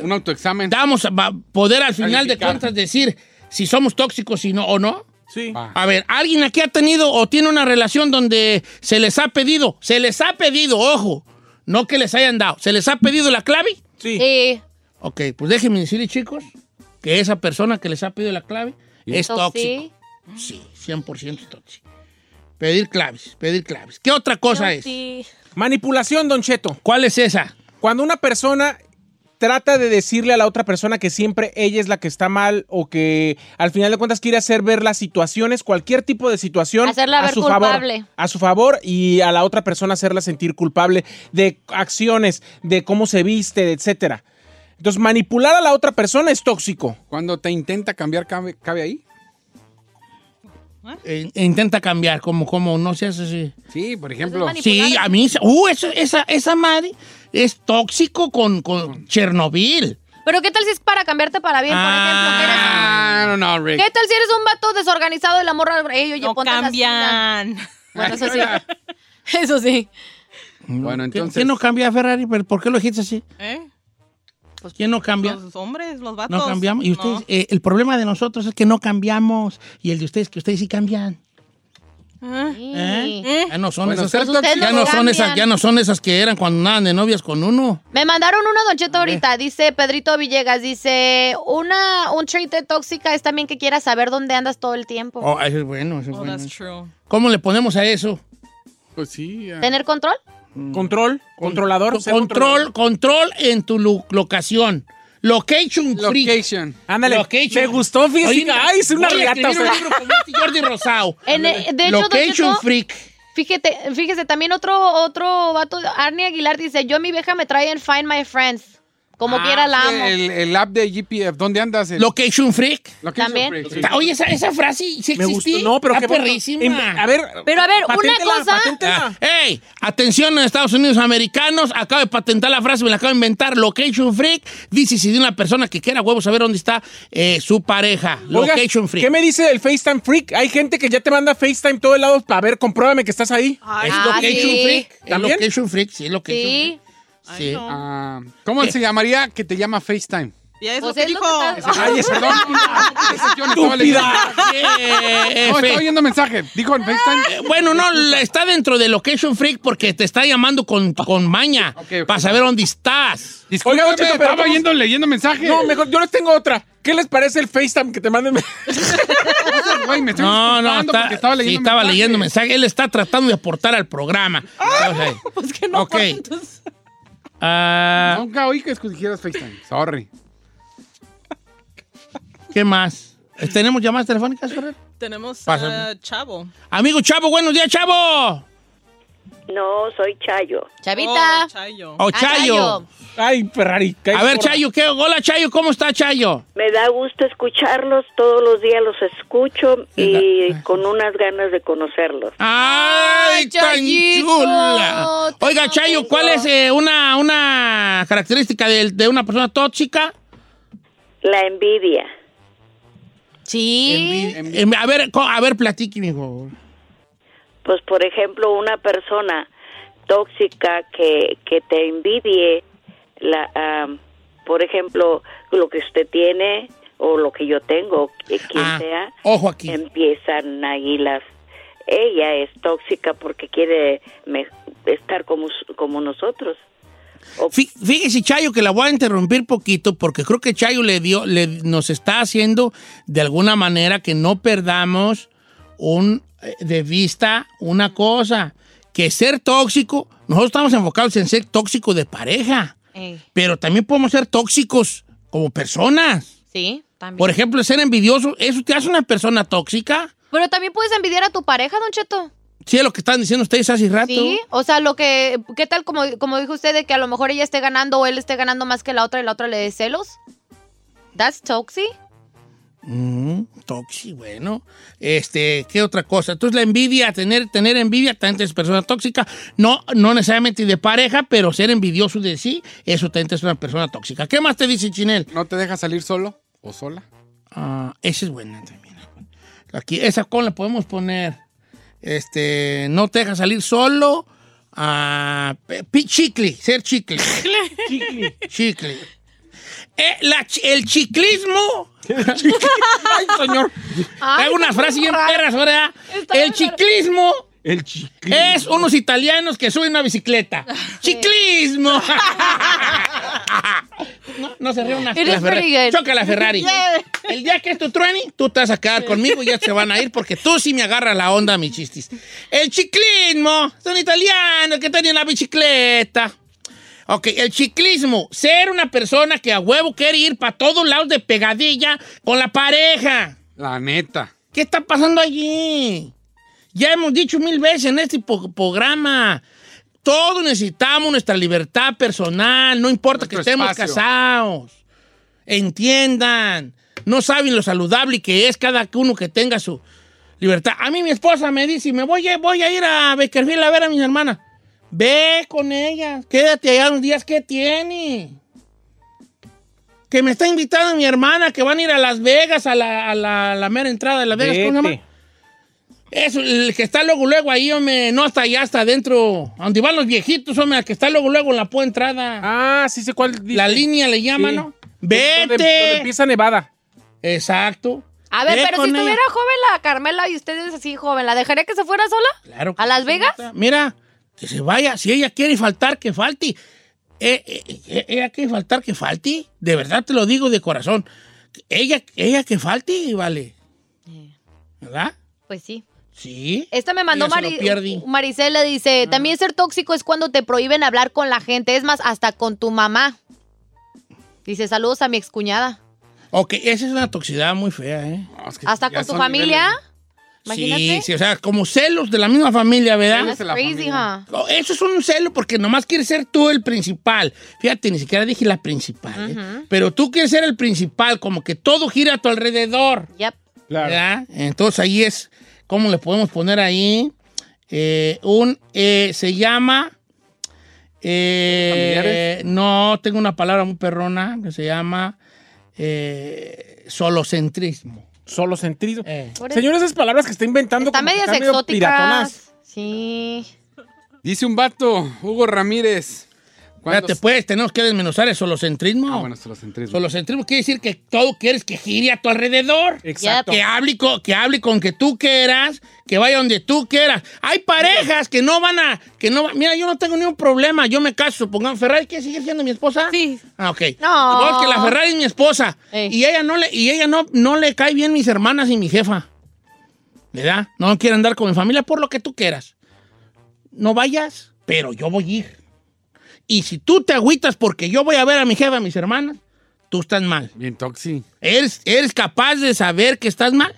Speaker 4: un autoexamen.
Speaker 1: Damos a va- poder al final de
Speaker 4: Calificar.
Speaker 1: cuentas decir si somos tóxicos y no, o no.
Speaker 2: Sí.
Speaker 1: A ver, ¿alguien aquí ha tenido o tiene una relación donde se les ha pedido, se les ha pedido, ojo, no que les hayan dado, se les ha pedido la clave?
Speaker 2: Sí.
Speaker 1: Ok, pues déjenme decirle, chicos, que esa persona que les ha pedido la clave es tóxico.
Speaker 3: Toxi.
Speaker 1: Sí, 100% tóxico. Pedir claves, pedir claves. ¿Qué otra cosa es?
Speaker 2: Manipulación, Don Cheto.
Speaker 1: ¿Cuál es esa?
Speaker 2: Cuando una persona trata de decirle a la otra persona que siempre ella es la que está mal o que al final de cuentas quiere hacer ver las situaciones, cualquier tipo de situación
Speaker 3: Hacerla ver culpable.
Speaker 2: favor, a su favor y a la otra persona hacerla sentir culpable de acciones, de cómo se viste, etcétera. Entonces, manipular a la otra persona es tóxico.
Speaker 4: Cuando te intenta cambiar, cabe, cabe ahí.
Speaker 1: Eh, intenta cambiar, como, como no seas así.
Speaker 4: Sí,
Speaker 2: Pues
Speaker 4: por ejemplo.
Speaker 1: Sí, a mí, uh, eso- esa, esa madre es tóxico con, con Chernobyl.
Speaker 3: Pero ¿qué tal si es para cambiarte para bien, por ejemplo? que eres-
Speaker 1: Ah,
Speaker 4: no, no,
Speaker 3: ¿Qué tal si eres un vato desorganizado y la morra, ey, oye, ponte las
Speaker 5: cambian.
Speaker 3: Bueno, eso
Speaker 5: [laughs]
Speaker 3: sí. Eso sí.
Speaker 4: Bueno,
Speaker 1: entonces. ¿Quién no cambia Ferrari? ¿Pero ¿Por qué lo dijiste así? Pues
Speaker 5: ¿Eh?
Speaker 1: ¿Quién no cambia?
Speaker 5: Los hombres, los vatos.
Speaker 1: No cambiamos. Y ustedes, eh, el problema de nosotros es que no cambiamos. Y el de ustedes, que ustedes sí cambian.
Speaker 5: Ah.
Speaker 1: ¿Eh?
Speaker 5: ¿Eh?
Speaker 1: Ya no son
Speaker 5: Bueno,
Speaker 1: esas.
Speaker 5: ustedes
Speaker 3: no
Speaker 1: Ya no, son
Speaker 3: cambian.
Speaker 1: esas, ya no son esas que eran cuando andaban de novias con uno.
Speaker 3: Me mandaron uno, Don Cheto, ahorita. Dice Pedrito Villegas, dice, una, un trait de tóxica es también que quieras saber dónde andas todo el tiempo.
Speaker 1: Oh, eso es bueno, eso es bueno.
Speaker 5: That's true.
Speaker 1: ¿Cómo le ponemos a eso?
Speaker 4: Pues sí.
Speaker 3: ¿Tener control?
Speaker 2: Control, controlador,
Speaker 1: Mm. Con-
Speaker 2: ser
Speaker 1: Control, control en tu lu- locación. Location freak.
Speaker 4: Location.
Speaker 2: Ándale, me gustó, fíjese, ay, es una
Speaker 1: voy a
Speaker 2: regata,
Speaker 1: escribir
Speaker 2: o sea.
Speaker 1: un libro con este Jordi Rosado.
Speaker 3: En, eh, [laughs] de hecho, Don
Speaker 1: location
Speaker 3: Cheto-
Speaker 1: freak.
Speaker 3: Fíjate, fíjese, también otro, otro vato, Arnie Aguilar, dice, yo a mi vieja me trae en Find My Friends. Como
Speaker 4: Ah,
Speaker 3: quiera la
Speaker 4: sí,
Speaker 3: amo.
Speaker 4: El, el app de GPF, ¿dónde andas? El-
Speaker 1: Location freak.
Speaker 4: Location
Speaker 3: También.
Speaker 4: Freak, sí.
Speaker 1: Está- Oye, esa, esa frase sí
Speaker 2: Me
Speaker 1: existía.
Speaker 2: gustó, no, pero
Speaker 1: Está
Speaker 2: qué bueno.
Speaker 1: perrísima.
Speaker 2: Em, a ver,
Speaker 3: Pero a ver, una
Speaker 2: paténtela,
Speaker 3: cosa-
Speaker 2: paténtela.
Speaker 1: Ah, ¡Ey! Atención en Estados Unidos americanos. Acabo de patentar la frase, me la acabo de inventar. Location freak. Dice si de una persona que quiera huevos saber dónde está eh, su pareja.
Speaker 2: Oiga,
Speaker 1: Location freak.
Speaker 2: ¿Qué me dice del FaceTime Freak? Hay gente que ya te manda FaceTime todo el lado para ver, compruébame que estás ahí.
Speaker 1: Es
Speaker 3: Ah,
Speaker 1: location
Speaker 3: sí.
Speaker 1: freak. Es
Speaker 2: ¿También?
Speaker 1: location freak, sí, es location
Speaker 3: Sí.
Speaker 1: freak. Sí.
Speaker 4: Ah, ¿Cómo
Speaker 2: Eh.
Speaker 4: se llamaría que te llama FaceTime?
Speaker 5: Ya es
Speaker 3: Pues
Speaker 5: lo que
Speaker 3: es lo
Speaker 5: dijo.
Speaker 3: que está-
Speaker 4: Ay,
Speaker 2: [laughs]
Speaker 4: ese perdón. Ese yo
Speaker 1: Ah,
Speaker 4: no estaba leyendo.
Speaker 2: Ah, ¡Estúpida! [laughs]
Speaker 1: Eh,
Speaker 4: No,
Speaker 1: F.
Speaker 4: estaba oyendo mensaje. Dijo en
Speaker 1: Eh,
Speaker 4: FaceTime.
Speaker 1: Bueno, no, la- está dentro de Location Freak porque te está llamando con, con maña
Speaker 4: ok.
Speaker 1: para saber dónde estás.
Speaker 4: Disculpe,
Speaker 2: Oiga, Don Cheto, pero
Speaker 4: estaba
Speaker 2: vamos-
Speaker 4: oyendo, leyendo mensaje.
Speaker 2: No, mejor, yo les tengo otra. ¿Qué les parece el FaceTime que te manden?
Speaker 4: [laughs] Güey, me estoy
Speaker 1: No, no,
Speaker 4: disculpando
Speaker 1: está-
Speaker 4: porque estaba leyendo
Speaker 1: sí, estaba
Speaker 4: mensaje.
Speaker 1: leyendo mensaje. Él está tratando de aportar al programa.
Speaker 4: Ah,
Speaker 1: Entonces,
Speaker 5: Pues que no.
Speaker 1: Ok.
Speaker 5: pues, entonces-
Speaker 1: ah,
Speaker 4: Nunca oí que escogieras FaceTime. Sorry.
Speaker 1: ¿Qué más? ¿Tenemos llamadas telefónicas, Ferrer?
Speaker 5: Tenemos
Speaker 1: Pásame.
Speaker 5: a Chavo.
Speaker 1: Amigo Chavo, buenos días, Chavo.
Speaker 12: No, soy Chayo.
Speaker 3: Chavita.
Speaker 5: Oh, Chayo.
Speaker 1: O
Speaker 3: Ah, Chayo.
Speaker 1: Chayo.
Speaker 2: Ay, Ferrari. cae
Speaker 1: A ver,
Speaker 2: gorda.
Speaker 1: Chayo, ¿qué? Hola, Chayo, ¿cómo está, Chayo?
Speaker 12: Me da gusto escucharlos, todos los días los escucho y con unas ganas de conocerlos.
Speaker 1: ¡Ay,
Speaker 3: Ay,
Speaker 1: tan
Speaker 3: Chayito,
Speaker 1: chula!
Speaker 3: te
Speaker 1: Oiga, Chayo, ¿cuál es eh, una, una característica de, de una persona tóxica?
Speaker 12: La envidia.
Speaker 3: Sí.
Speaker 1: Em, a ver, co- a ver, platíqueme, hijo.
Speaker 12: Pues, por ejemplo, una persona tóxica que, que te envidie, la, am, por ejemplo, lo que usted tiene o lo que yo tengo, eh, quien
Speaker 1: Ah,
Speaker 12: sea,
Speaker 1: Ojo aquí.
Speaker 12: empiezan ahí las... Ella es tóxica porque quiere me- estar como, us- como nosotros.
Speaker 1: Fí- Fíjese, Chayo, que la voy a interrumpir poquito porque creo que Chayo le dio, le, nos está haciendo de alguna manera que no perdamos un, eh, de vista una cosa, que ser tóxico, nosotros estamos enfocados en ser tóxico de pareja,
Speaker 5: Ey,
Speaker 1: pero también podemos ser tóxicos como personas.
Speaker 5: Sí, también.
Speaker 1: Por ejemplo, ser envidioso, ¿eso te hace una persona tóxica?
Speaker 3: Pero también puedes envidiar a tu pareja, Don Cheto.
Speaker 1: Sí, es lo que están diciendo ustedes hace rato.
Speaker 3: Sí, o sea, lo que, ¿qué tal como, como dijo usted de que a lo mejor ella esté ganando o él esté ganando más que la otra y la otra le dé celos? That's toxic.
Speaker 1: Mm, tóxico, bueno. Este, ¿qué otra cosa? Entonces la envidia, tener, tener envidia, tanto es persona tóxica, no, no necesariamente de pareja, pero ser envidioso de sí, eso también es una persona tóxica. ¿Qué más te dice Chinel?
Speaker 4: ¿No te deja salir solo o sola?
Speaker 1: Ah, esa es buena también. Aquí, esa con la podemos poner. Este, no te deja salir solo. Ah, pe- pi- chicle, ser chicle. chicle. Chicle. Eh, la chi- el chiclismo. [laughs] Ay, señor.
Speaker 3: Ay,
Speaker 1: Tengo una
Speaker 3: está
Speaker 1: frase
Speaker 3: muy
Speaker 1: bien
Speaker 3: raro.
Speaker 1: perras, ¿verdad?
Speaker 3: Está muy
Speaker 1: El
Speaker 3: raro.
Speaker 1: chiclismo
Speaker 2: El
Speaker 1: es unos italianos que suben una bicicleta. ¡Chiclismo! no, no se ríe una
Speaker 3: It is pretty good.
Speaker 1: Choca la Ferrari.
Speaker 3: Yeah.
Speaker 1: El día que esto truene, tú te vas a quedar conmigo y ya se van a ir porque tú sí me agarras la onda, mis chistis. El chiclismo son italianos que tienen la bicicleta. Ok, el chiclismo, ser una persona que a huevo quiere ir para todos lados de pegadilla con la pareja.
Speaker 4: La neta.
Speaker 1: ¿Qué está pasando allí? Ya hemos dicho mil veces en este po- programa. Todos necesitamos nuestra libertad personal, no importa que
Speaker 4: Nuestro
Speaker 1: estemos
Speaker 4: espacio.
Speaker 1: casados. Entiendan. No saben lo saludable que es cada uno que tenga su libertad. A mí mi esposa me dice, me voy a, voy a ir a Beckerfield a ver a mis hermanas. Ve con ellas, quédate allá unos días que tiene. Que me está invitando mi hermana, que van a ir a Las Vegas, a la, a la- a la mera entrada de Las Vegas. ¿Cómo se llama?
Speaker 2: Vete.
Speaker 1: Eso, el que está luego, luego ahí, hombre, no hasta allá, hasta adentro. a Donde van los viejitos, hombre, al que está luego, luego en la púa entrada.
Speaker 2: Ah, sí sé cuál. dice.
Speaker 1: la línea le llaman,
Speaker 2: Sí.
Speaker 1: ¿no?
Speaker 2: Donde-
Speaker 1: ¡Vete!
Speaker 2: donde empieza Nevada.
Speaker 1: Exacto.
Speaker 3: A ver,
Speaker 1: Ve
Speaker 3: pero
Speaker 1: con
Speaker 3: si
Speaker 1: ella.
Speaker 3: estuviera joven la Carmela y ustedes así joven, ¿la dejaría que se fuera sola?
Speaker 1: Claro que
Speaker 3: ¿A Las
Speaker 1: sí,
Speaker 3: Vegas?
Speaker 1: neta. Mira, que se vaya. Si ella quiere faltar, que falte. Eh, eh, eh, ella quiere faltar, que falte. De verdad te lo digo de corazón. Ella, ella que falte, vale. ¿Verdad?
Speaker 3: Pues sí.
Speaker 1: Sí.
Speaker 3: Eh. Esta me mandó
Speaker 1: Ella se lo
Speaker 3: Mari-
Speaker 1: pierde. Ah.
Speaker 3: Maricela, dice, también ser tóxico es cuando te prohíben hablar con la gente, es más, hasta con tu mamá. Dice, saludos a mi excuñada.
Speaker 1: Ok, esa es una toxicidad muy fea, ¿eh?
Speaker 3: Hasta con tu familia.
Speaker 1: Sí,
Speaker 3: Imagínate.
Speaker 1: sí, o sea, como celos de la misma familia, ¿verdad?
Speaker 3: That's crazy, huh?
Speaker 1: No, Eso es un celo porque nomás quieres ser tú el principal. Fíjate, ni siquiera dije la principal. ¿eh? Pero tú quieres ser el principal, como que todo gira a tu alrededor.
Speaker 3: Yep.
Speaker 1: ¿verdad? Entonces ahí es, ¿cómo le podemos poner ahí? Eh, un, eh, se llama... eh,
Speaker 4: ¿Familiares?
Speaker 1: no, tengo una palabra muy perrona que se llama eh, solocentrismo.
Speaker 2: Solocentrismo.
Speaker 1: Eh.
Speaker 3: Por eso-
Speaker 2: Señores, esas palabras que está inventando.
Speaker 3: Está
Speaker 2: como que
Speaker 3: medias
Speaker 2: están medio piratonas.
Speaker 3: exóticas. Sí.
Speaker 4: Dice un vato, Hugo Ramírez. ¿Cuándo
Speaker 1: Espérate, pues, tenemos que desmenuzar el solocentrismo.
Speaker 4: Ah, bueno, se los entré.
Speaker 1: Solocentrismo quiere decir que todo quieres que gire a tu alrededor.
Speaker 2: Exacto.
Speaker 1: Que hable, con, que hable con que tú quieras, que vaya donde tú quieras. Hay parejas que no van a, que no va- mira, yo no tengo ningún problema, yo me caso, supongamos, Ferrari quiere seguir siendo mi esposa.
Speaker 5: Sí.
Speaker 1: Ah, ok.
Speaker 3: No.
Speaker 1: que la Ferrari es mi esposa.
Speaker 3: Ey.
Speaker 1: Y ella no le, y ella no, no le cae bien mis hermanas y mi jefa. ¿Verdad? No quiere andar con mi familia por lo que tú quieras. No vayas, pero yo voy a ir. Y si tú te agüitas porque yo voy a ver a mi jefa, a mis hermanas, tú estás mal.
Speaker 4: Bien toxi.
Speaker 1: ¿Eres, eres capaz de saber que estás mal?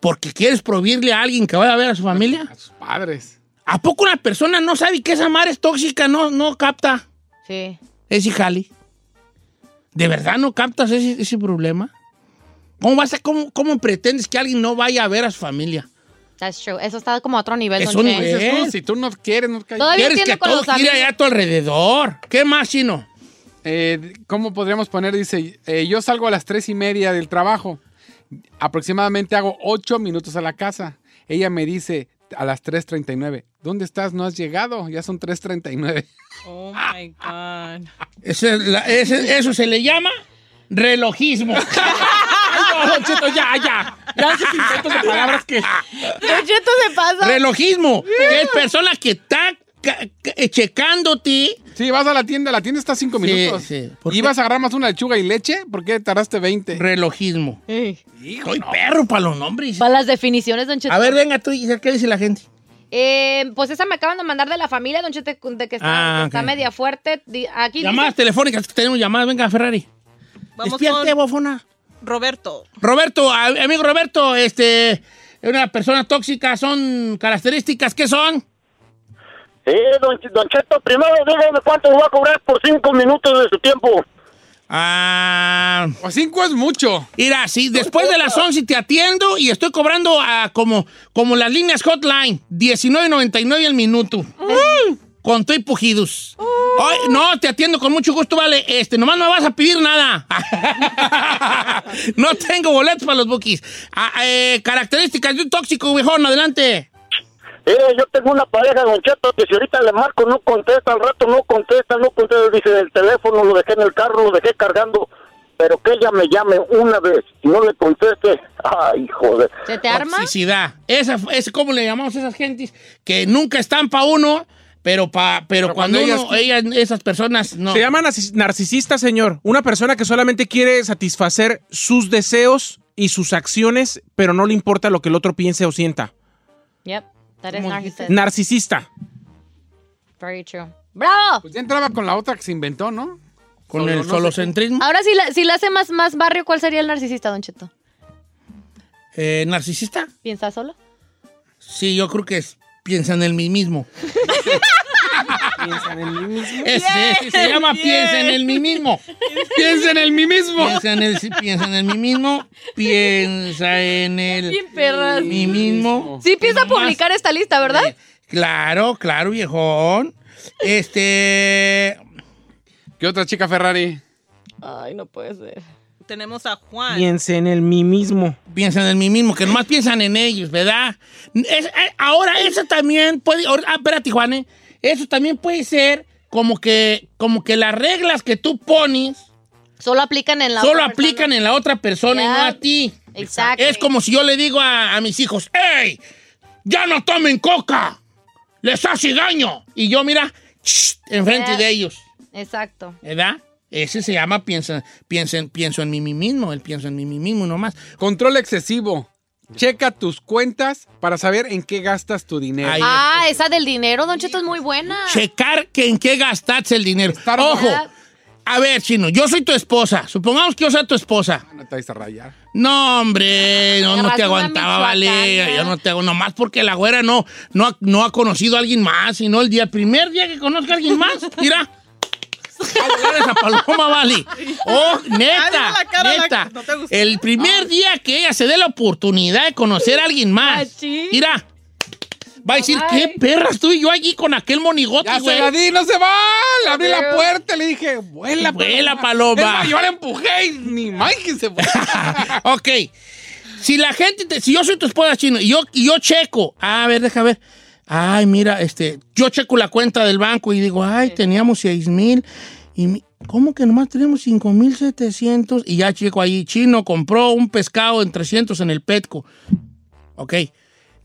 Speaker 1: ¿Porque quieres prohibirle a alguien que vaya a ver a su familia?
Speaker 4: A sus padres.
Speaker 1: ¿A poco una persona no sabe que esa madre es tóxica? No, no capta
Speaker 3: Sí.
Speaker 1: ese jali. ¿De verdad no captas ese, ese problema? ¿Cómo, vas a, cómo, cómo pretendes que alguien no vaya a ver a su familia?
Speaker 3: That's true. Eso está como a otro nivel,
Speaker 1: Es
Speaker 3: Don
Speaker 1: un
Speaker 3: Che.
Speaker 1: nivel.
Speaker 4: Dices tú,
Speaker 1: ¿Eh?
Speaker 4: si tú no quieres, no calles.
Speaker 3: Todavía
Speaker 1: ¿Quieres que
Speaker 3: entiendo con
Speaker 1: todo
Speaker 3: los
Speaker 1: gire
Speaker 3: amigos.
Speaker 1: allá a tu alrededor? ¿Qué más, Chino?
Speaker 4: Eh, ¿Cómo podríamos poner? Dice, eh, yo salgo a las tres y media del trabajo. Aproximadamente hago ocho minutos a la casa. Ella me dice a las 3.39, ¿dónde estás? No has llegado. Ya son 3.39.
Speaker 5: Oh my God.
Speaker 1: Ese es la- ese- eso se le llama relojismo.
Speaker 2: Ay, no, Don Cheto, ya, ya. Ya esos inventos de palabras
Speaker 3: [laughs]
Speaker 2: que.
Speaker 3: Don Cheto se pasa.
Speaker 1: Relojismo. que Es persona que está ca- ca- eh, checándote
Speaker 4: [laughs] Sí, vas a la tienda, la tienda está a cinco
Speaker 1: Sí,
Speaker 4: minutos.
Speaker 1: sí.
Speaker 4: ¿Y vas a agarrar más una lechuga y leche? ¿Por qué tardaste 20?
Speaker 1: Relojismo.
Speaker 4: Hijo, y
Speaker 1: perro para los nombres.
Speaker 3: Para las definiciones, don Cheto.
Speaker 1: A ver, venga tú, Giselle, ¿qué dice la gente?
Speaker 3: Eh, pues esa me acaban de mandar de la familia, don Cheto, de que está,
Speaker 1: Ah,
Speaker 3: que está
Speaker 1: ok.
Speaker 3: media fuerte. Di- Aquí
Speaker 1: Llamadas
Speaker 3: dice-
Speaker 1: telefónicas, que tenemos llamadas. Venga, Ferrari.
Speaker 5: Vamos
Speaker 1: Despierte,
Speaker 5: con
Speaker 1: bofona.
Speaker 5: Roberto.
Speaker 1: Roberto, a- amigo Roberto, este, una persona tóxica, ¿son características? ¿Qué son?
Speaker 13: Sí, don, don Cheto, primero dígame cuánto me va a cobrar por cinco minutos de su tiempo.
Speaker 1: Ah,
Speaker 4: Pues cinco es mucho.
Speaker 1: Mira, si después de las 11 te atiendo y estoy cobrando ah, como, como las líneas hotline, 19.99 el minuto. Con tu y pujidos. Ay, no, te atiendo con mucho gusto, vale. Este, nomás no me vas a pedir nada. [laughs] no tengo boletos para los bookies. Ah, eh, características de un tóxico, viejón, adelante.
Speaker 13: Eh, yo tengo una pareja, don Cheto, que si ahorita le marco no contesta, al rato no contesta, no contesta, dice el teléfono, lo dejé en el carro, lo dejé cargando, pero que ella me llame una vez y no le conteste. Ay, joder.
Speaker 3: ¿Se te arma?
Speaker 1: Toxicidad. Esa, es como le llamamos a esas gentes que nunca están para uno, pero, pa, pero, cuando,
Speaker 2: cuando
Speaker 1: uno- ellas- esas personas no.
Speaker 2: Se llama narcis- narcisista, señor. Una persona que solamente quiere satisfacer sus deseos y sus acciones, pero no le importa lo que el otro piense o sienta.
Speaker 3: Yep, that is
Speaker 1: ¿Cómo
Speaker 3: narcissist.
Speaker 2: Narcisista.
Speaker 3: Very true. ¡Bravo!
Speaker 4: Pues ya entraba con la otra que se inventó, ¿no? [laughs]
Speaker 1: Con el solocentrismo.
Speaker 3: Ahora, si la, si la hace más, más barrio, ¿cuál sería el narcisista, don Cheto?
Speaker 1: Eh, ¿Narcisista?
Speaker 3: ¿Piensa solo?
Speaker 1: Sí, yo creo que es- piensa en el mí mismo.
Speaker 2: ¿Piensa en el mismo?
Speaker 1: Ese, ese se llama piensa en el mí mismo.
Speaker 4: piensa en el mí mismo.
Speaker 1: Piensa en el, sí, piensa en el mí mismo. Piensa en el
Speaker 3: Bien perras.
Speaker 1: mí mismo.
Speaker 3: Sí, piensa
Speaker 1: Nomás-
Speaker 3: publicar esta lista, ¿verdad?
Speaker 1: Claro, claro, viejón. Este.
Speaker 4: ¿Qué otra chica Ferrari?
Speaker 3: Ay, no puede ser.
Speaker 5: Tenemos a Juan.
Speaker 2: Piense en el mí mismo.
Speaker 1: Piensan en mí mismo, que nomás piensan en ellos, ¿verdad? Es- eh, ahora, eso también puede. ahora- Ah, espérate, Juan, ¿eh? Eso también puede ser como que, como que las reglas que tú pones
Speaker 3: Solo aplican en la
Speaker 1: solo
Speaker 3: otra persona.
Speaker 1: aplican en la otra persona y
Speaker 3: Ya. Ah,
Speaker 1: no a ti.
Speaker 3: Exacto.
Speaker 1: Es como si yo le digo a, a mis hijos, ¡Ey! ¡Ya no tomen coca! ¡Les hace daño! Y yo, mira, ¡ch! enfrente
Speaker 3: Ya.
Speaker 1: de ellos,
Speaker 3: Exacto.
Speaker 1: ¿verdad? Ese se llama piensa, piensa en- pienso en mí mismo, el pienso en mí mismo nomás.
Speaker 3: Ah.
Speaker 4: Control excesivo. Checa tus cuentas para saber en qué gastas tu dinero.
Speaker 3: ah, esa del dinero, don Cheto, es muy buena.
Speaker 1: Checar que en qué gastaste el dinero. Ojo, a ver, Chino, yo soy tu esposa. Supongamos que yo sea tu esposa.
Speaker 4: No te vais a rayar.
Speaker 1: No, hombre, no, no
Speaker 4: Ah, Agarraste
Speaker 1: te
Speaker 4: una
Speaker 1: aguantaba, vale.
Speaker 4: michoacana. ¿eh?
Speaker 1: Yo no te hago nomás porque la güera no, no, ha, no ha conocido a alguien más, sino el día, primer día que conozca a alguien
Speaker 4: [laughs]
Speaker 1: más, mira. A volar esa paloma, vale.
Speaker 4: [laughs]
Speaker 1: Oh, neta,
Speaker 5: Hazme la cara, la-
Speaker 1: neta.
Speaker 5: no te gustó.
Speaker 1: el primer día que ella se dé la oportunidad de conocer a alguien más, mira, va a decir, qué perras tú y yo allí con aquel monigote,
Speaker 4: Ya
Speaker 1: güey.
Speaker 4: se la di, no se va. Le abrí la
Speaker 1: Pero-
Speaker 4: puerta, le dije, vuela,
Speaker 1: Vuela, paloma.
Speaker 4: Es más, yo la empujé y ni más que se fue.
Speaker 3: [laughs]
Speaker 1: Ok. Si la gente, te- si yo soy tu esposa chino y yo, y yo checo, Ah, a ver, deja ver. Ay, mira, este, yo checo la cuenta del banco y digo, ay, teníamos seis mil. Y mi- ¿Cómo que nomás tenemos 5,700? Y ya checo ahí, chino compró un pescado en 300 en el Petco. Ok,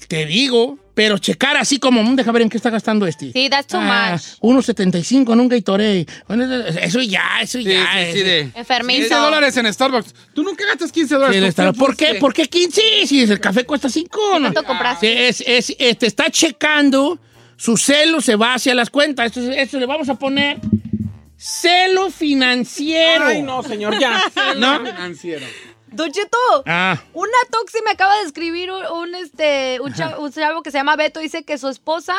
Speaker 1: te digo, pero checar así como, "Mm, deja ver en qué está gastando este.
Speaker 3: Sí, that's too
Speaker 1: Ah,
Speaker 3: much.
Speaker 1: 1.75 en un Gatorade. Bueno, Eso ya, eso ya.
Speaker 4: sí, sí, de-
Speaker 3: Enfermizo.
Speaker 4: 15 dólares en Starbucks. Tú nunca gastas 15 dólares.
Speaker 1: Sí,
Speaker 4: tú
Speaker 1: le está-
Speaker 4: compras
Speaker 1: ¿Por qué?
Speaker 4: 15.
Speaker 1: ¿Por qué 15? Si el café cuesta 5. ¿no?
Speaker 3: ¿Cuánto compraste?
Speaker 1: Sí, es- es- es- te está checando, su celo se va hacia las cuentas. Esto, es- esto le vamos a poner celo financiero.
Speaker 2: Ay, no, señor, ya.
Speaker 1: [laughs] ¿No?
Speaker 4: Financiero.
Speaker 3: Don Cheto,
Speaker 1: Ah.
Speaker 3: una toxi me acaba de escribir un, un, este, un, cha- un chavo que se llama Beto. Dice que su esposa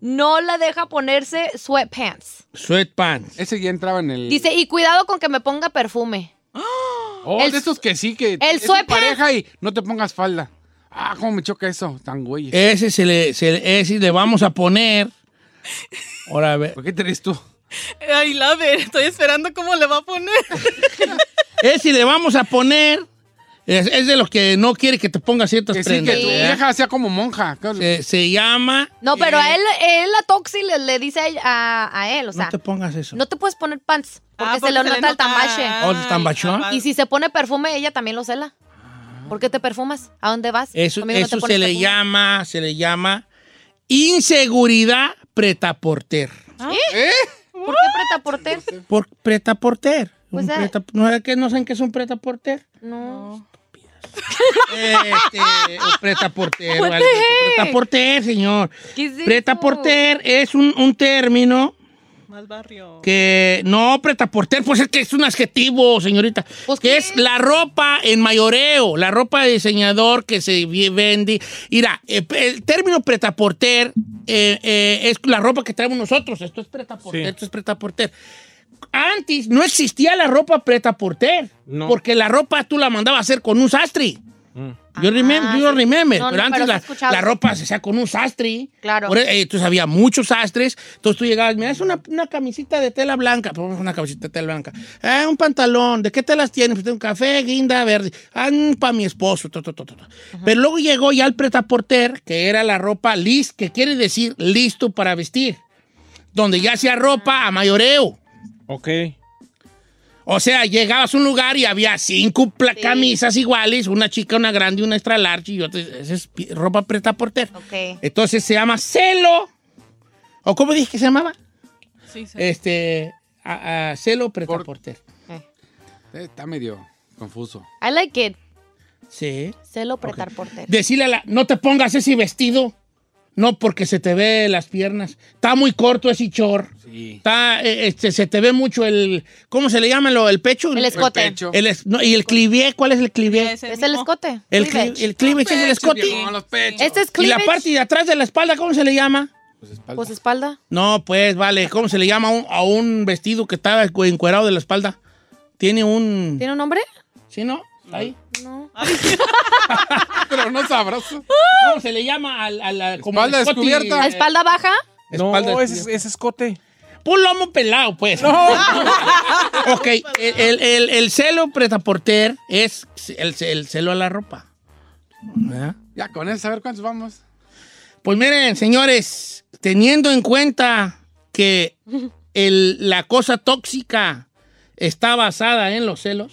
Speaker 3: no la deja ponerse sweatpants.
Speaker 1: Sweatpants.
Speaker 4: Ese ya entraba en el.
Speaker 3: Dice, y cuidado con que me ponga perfume.
Speaker 4: Oh,
Speaker 3: el
Speaker 4: de esos que sí, que.
Speaker 3: el
Speaker 4: es tu
Speaker 3: suéter.
Speaker 4: pareja y no te pongas falda. Ah, cómo me choca eso, tan güey.
Speaker 1: Ese, se le, se le- ese le vamos a poner. Ahora, a ver.
Speaker 4: ¿Por qué tenés tú?
Speaker 5: I love it. Estoy esperando cómo le va a poner.
Speaker 1: Ese le vamos a poner. Es, es de los que no quiere que te pongas ciertas
Speaker 4: Que sí, que
Speaker 1: prendas.
Speaker 4: tu
Speaker 1: ¿verdad?
Speaker 4: vieja sea como monja. Eh,
Speaker 1: se, se llama.
Speaker 3: No, pero a él, él la toxi le, le dice a, ella- a- a él, o sea,
Speaker 1: No te Ah, pongas eso.
Speaker 3: no te puedes poner pants porque se le nota el
Speaker 1: ¿O
Speaker 3: tambache.
Speaker 1: el tambachón?
Speaker 3: Y si se pone perfume, ella también lo cela. ¿Por qué te perfumas? ¿A dónde vas?
Speaker 1: Ah. Eso,
Speaker 3: Conmigo no te
Speaker 1: eso
Speaker 3: pones
Speaker 1: se le
Speaker 3: perfume.
Speaker 1: llama, se le llama inseguridad pretaporter.
Speaker 3: ¿Sí? ¿Por qué preta porter?
Speaker 1: [laughs] Por preta porter.
Speaker 3: Pues,
Speaker 1: Un
Speaker 3: ah.
Speaker 1: preta- ¿no, era que, no saben qué es un preta porter.
Speaker 3: No.
Speaker 1: Este, un preta porter.
Speaker 3: What
Speaker 1: vale.
Speaker 3: the heck?
Speaker 1: Preta porter, señor.
Speaker 3: ¿Qué es eso?
Speaker 1: Preta porter es un, un término
Speaker 5: Más barrio.
Speaker 1: que no preta porter, pues es que es un adjetivo, señorita. que es la ropa en mayoreo, la ropa de diseñador que se vi- vende. Mira, eh, el término preta porter eh, eh, es la ropa que traemos nosotros. Esto es preta porter, esto es preta porter. Antes no existía la ropa preta porter,
Speaker 2: No.
Speaker 1: porque la ropa tú la mandabas a hacer con un sastre. Yo remember, yo remember,
Speaker 3: No, no,
Speaker 1: pero antes
Speaker 3: pero sí he
Speaker 1: la-
Speaker 3: escuchado.
Speaker 1: la ropa se hacía con un sastre.
Speaker 3: Claro.
Speaker 1: Por eso, eh, entonces había muchos sastres. Entonces tú llegabas, me das una, una camisita de tela blanca. Pues, Una camisita de tela blanca. Ah, un pantalón. ¿De qué telas tienes? Pues tengo café, guinda, verde. Ah, para mi esposo. to, to, to, to, to. Pero luego llegó ya el pretaporter, que era la ropa list, que quiere decir listo para vestir. Donde ya hacía ropa a mayoreo.
Speaker 2: Ok.
Speaker 1: O sea, llegabas a un lugar y había cinco pla- camisas iguales, una chica, una grande, una extra large y otra. Esa es pi- ropa preta porter.
Speaker 3: Ok.
Speaker 1: Entonces se llama celo. ¿O cómo dije que se llamaba?
Speaker 5: Sí, sí.
Speaker 1: Este, a- a celo preta porter.
Speaker 4: Eh, Está medio confuso.
Speaker 3: I like it.
Speaker 1: Sí.
Speaker 3: Celo pretar porter.
Speaker 1: Decirle a la, no te pongas ese vestido. No, porque se te ve las piernas. Está muy corto ese chor. Está, eh, este, se te ve mucho el, ¿cómo se le llama? lo- El pecho.
Speaker 3: El escote. El pecho.
Speaker 1: El es- no, y el clivé, ¿cuál es el clivé?
Speaker 3: Es el escote.
Speaker 1: El,
Speaker 3: cleavage.
Speaker 1: cli- el cleavage es el escote.
Speaker 4: [laughs]
Speaker 3: Este es
Speaker 1: Y la
Speaker 3: cleavage.
Speaker 1: parte de atrás de la espalda, ¿cómo se le llama?
Speaker 3: Pues espalda.
Speaker 1: No, pues vale, ¿cómo se le llama a un, a un vestido que está encuerado de la espalda? Tiene un...
Speaker 3: ¿Tiene un nombre?
Speaker 1: ¿Sí, no? Ahí.
Speaker 3: No.
Speaker 1: Pero no sabrás. ¿Cómo se le llama al- a la... como
Speaker 4: Espalda
Speaker 1: el escote?
Speaker 4: descubierta.
Speaker 3: ¡Ah! ¿La espalda baja?
Speaker 2: No,
Speaker 1: Espalda
Speaker 2: ese es,
Speaker 1: descubierta.
Speaker 2: ese es escote.
Speaker 1: Un lomo pelado, pues. ok, el, el, el, el celo pretaporter es el, el celo a la ropa.
Speaker 4: Ya con eso, a ver cuántos vamos.
Speaker 1: Pues miren, señores, teniendo en cuenta que el- la cosa tóxica está basada en los celos,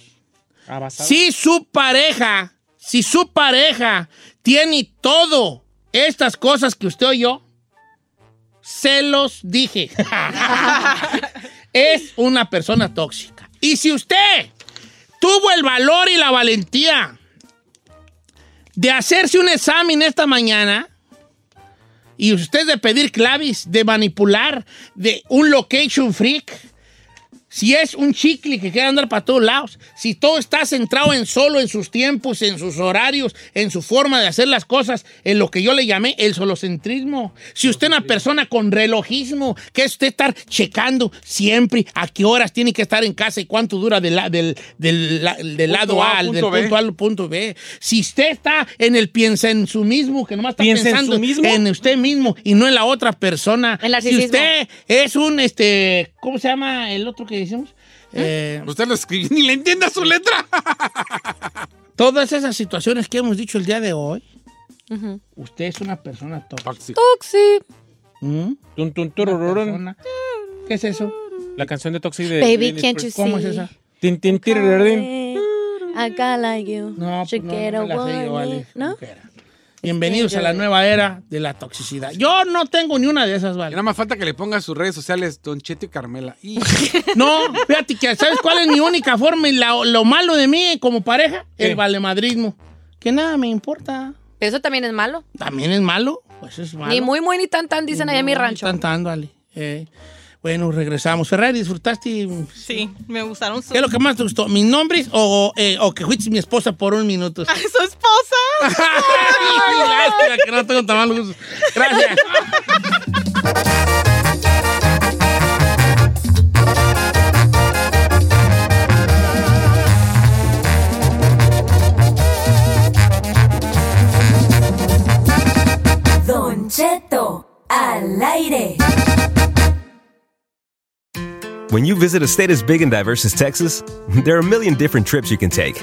Speaker 1: si su pareja, si su pareja tiene todo estas cosas que usted oyó, se los dije. es una persona tóxica. Y si usted tuvo el valor y la valentía de hacerse un examen esta mañana, y usted de pedir clavis, de manipular, de un location freak, si es un chicle que quiere andar para todos lados, si todo está centrado en solo, en sus tiempos, en sus horarios, en su forma de hacer las cosas, en lo que yo le llamé el solocentrismo. Si usted es una persona con relojismo, que es usted estar checando siempre a qué horas tiene que estar en casa y cuánto dura del, la- del, del la- del lado
Speaker 2: A,
Speaker 1: A, al- del
Speaker 2: punto B.
Speaker 1: punto A al punto B. Si usted está en el piensa en su mismo, que nomás está
Speaker 2: ¿Piensa en
Speaker 1: pensando
Speaker 2: su mismo?
Speaker 1: en usted mismo y no en la otra persona. si
Speaker 3: narcisismo.
Speaker 1: usted es un, este, ¿cómo se llama el otro que decimos? Eh,
Speaker 4: Usted lo escribió, [laughs] ni le entienda su letra.
Speaker 1: todas esas situaciones que hemos dicho el día de hoy, usted es una persona tóxica.
Speaker 3: Toxic.
Speaker 1: ¿Mm?
Speaker 2: Tun, tun, turururun.
Speaker 1: Persona- ¿Qué es eso?
Speaker 2: La canción de Toxic de.
Speaker 3: Baby,
Speaker 2: Britney
Speaker 3: can't you
Speaker 2: Spears.
Speaker 3: see?
Speaker 1: ¿Cómo es esa?
Speaker 2: Tin, tin, tirirín.
Speaker 3: Acá like you.
Speaker 1: No, pues no,
Speaker 3: Chiquero,
Speaker 1: no me la sé yo, vale.
Speaker 3: ¿No?
Speaker 1: Bienvenidos a la nueva era de la toxicidad. Yo no tengo ni una de esas,
Speaker 4: Y
Speaker 1: ¿vale?
Speaker 4: nada más falta que le ponga sus redes sociales Don Cheto y Carmela. Y
Speaker 1: No, fíjate que ¿sabes cuál es mi única forma y la- lo malo de mí como pareja?
Speaker 2: ¿Qué?
Speaker 1: El valemadrismo. Que nada me importa.
Speaker 3: Eso también es malo.
Speaker 1: ¿También es malo? Pues es malo.
Speaker 3: Ni muy, muy, ni tan, tan, dicen allá en mi rancho.
Speaker 1: Cantando, Ale. Eh, bueno, regresamos. Ferrari, ¿disfrutaste?
Speaker 5: Sí, me gustaron sus...
Speaker 1: ¿Qué es lo que más te gustó? ¿Mis nombres o, eh, o que fuiste mi esposa por un minuto?
Speaker 5: ¡Ay, [laughs] su
Speaker 1: [laughs]
Speaker 5: esposa!
Speaker 1: Lástima que no tengo tan mal gusto. Gracias.
Speaker 8: Don Cheto al aire.
Speaker 9: When you visit a state as big and diverse as Texas, [laughs] there are a million different trips you can take.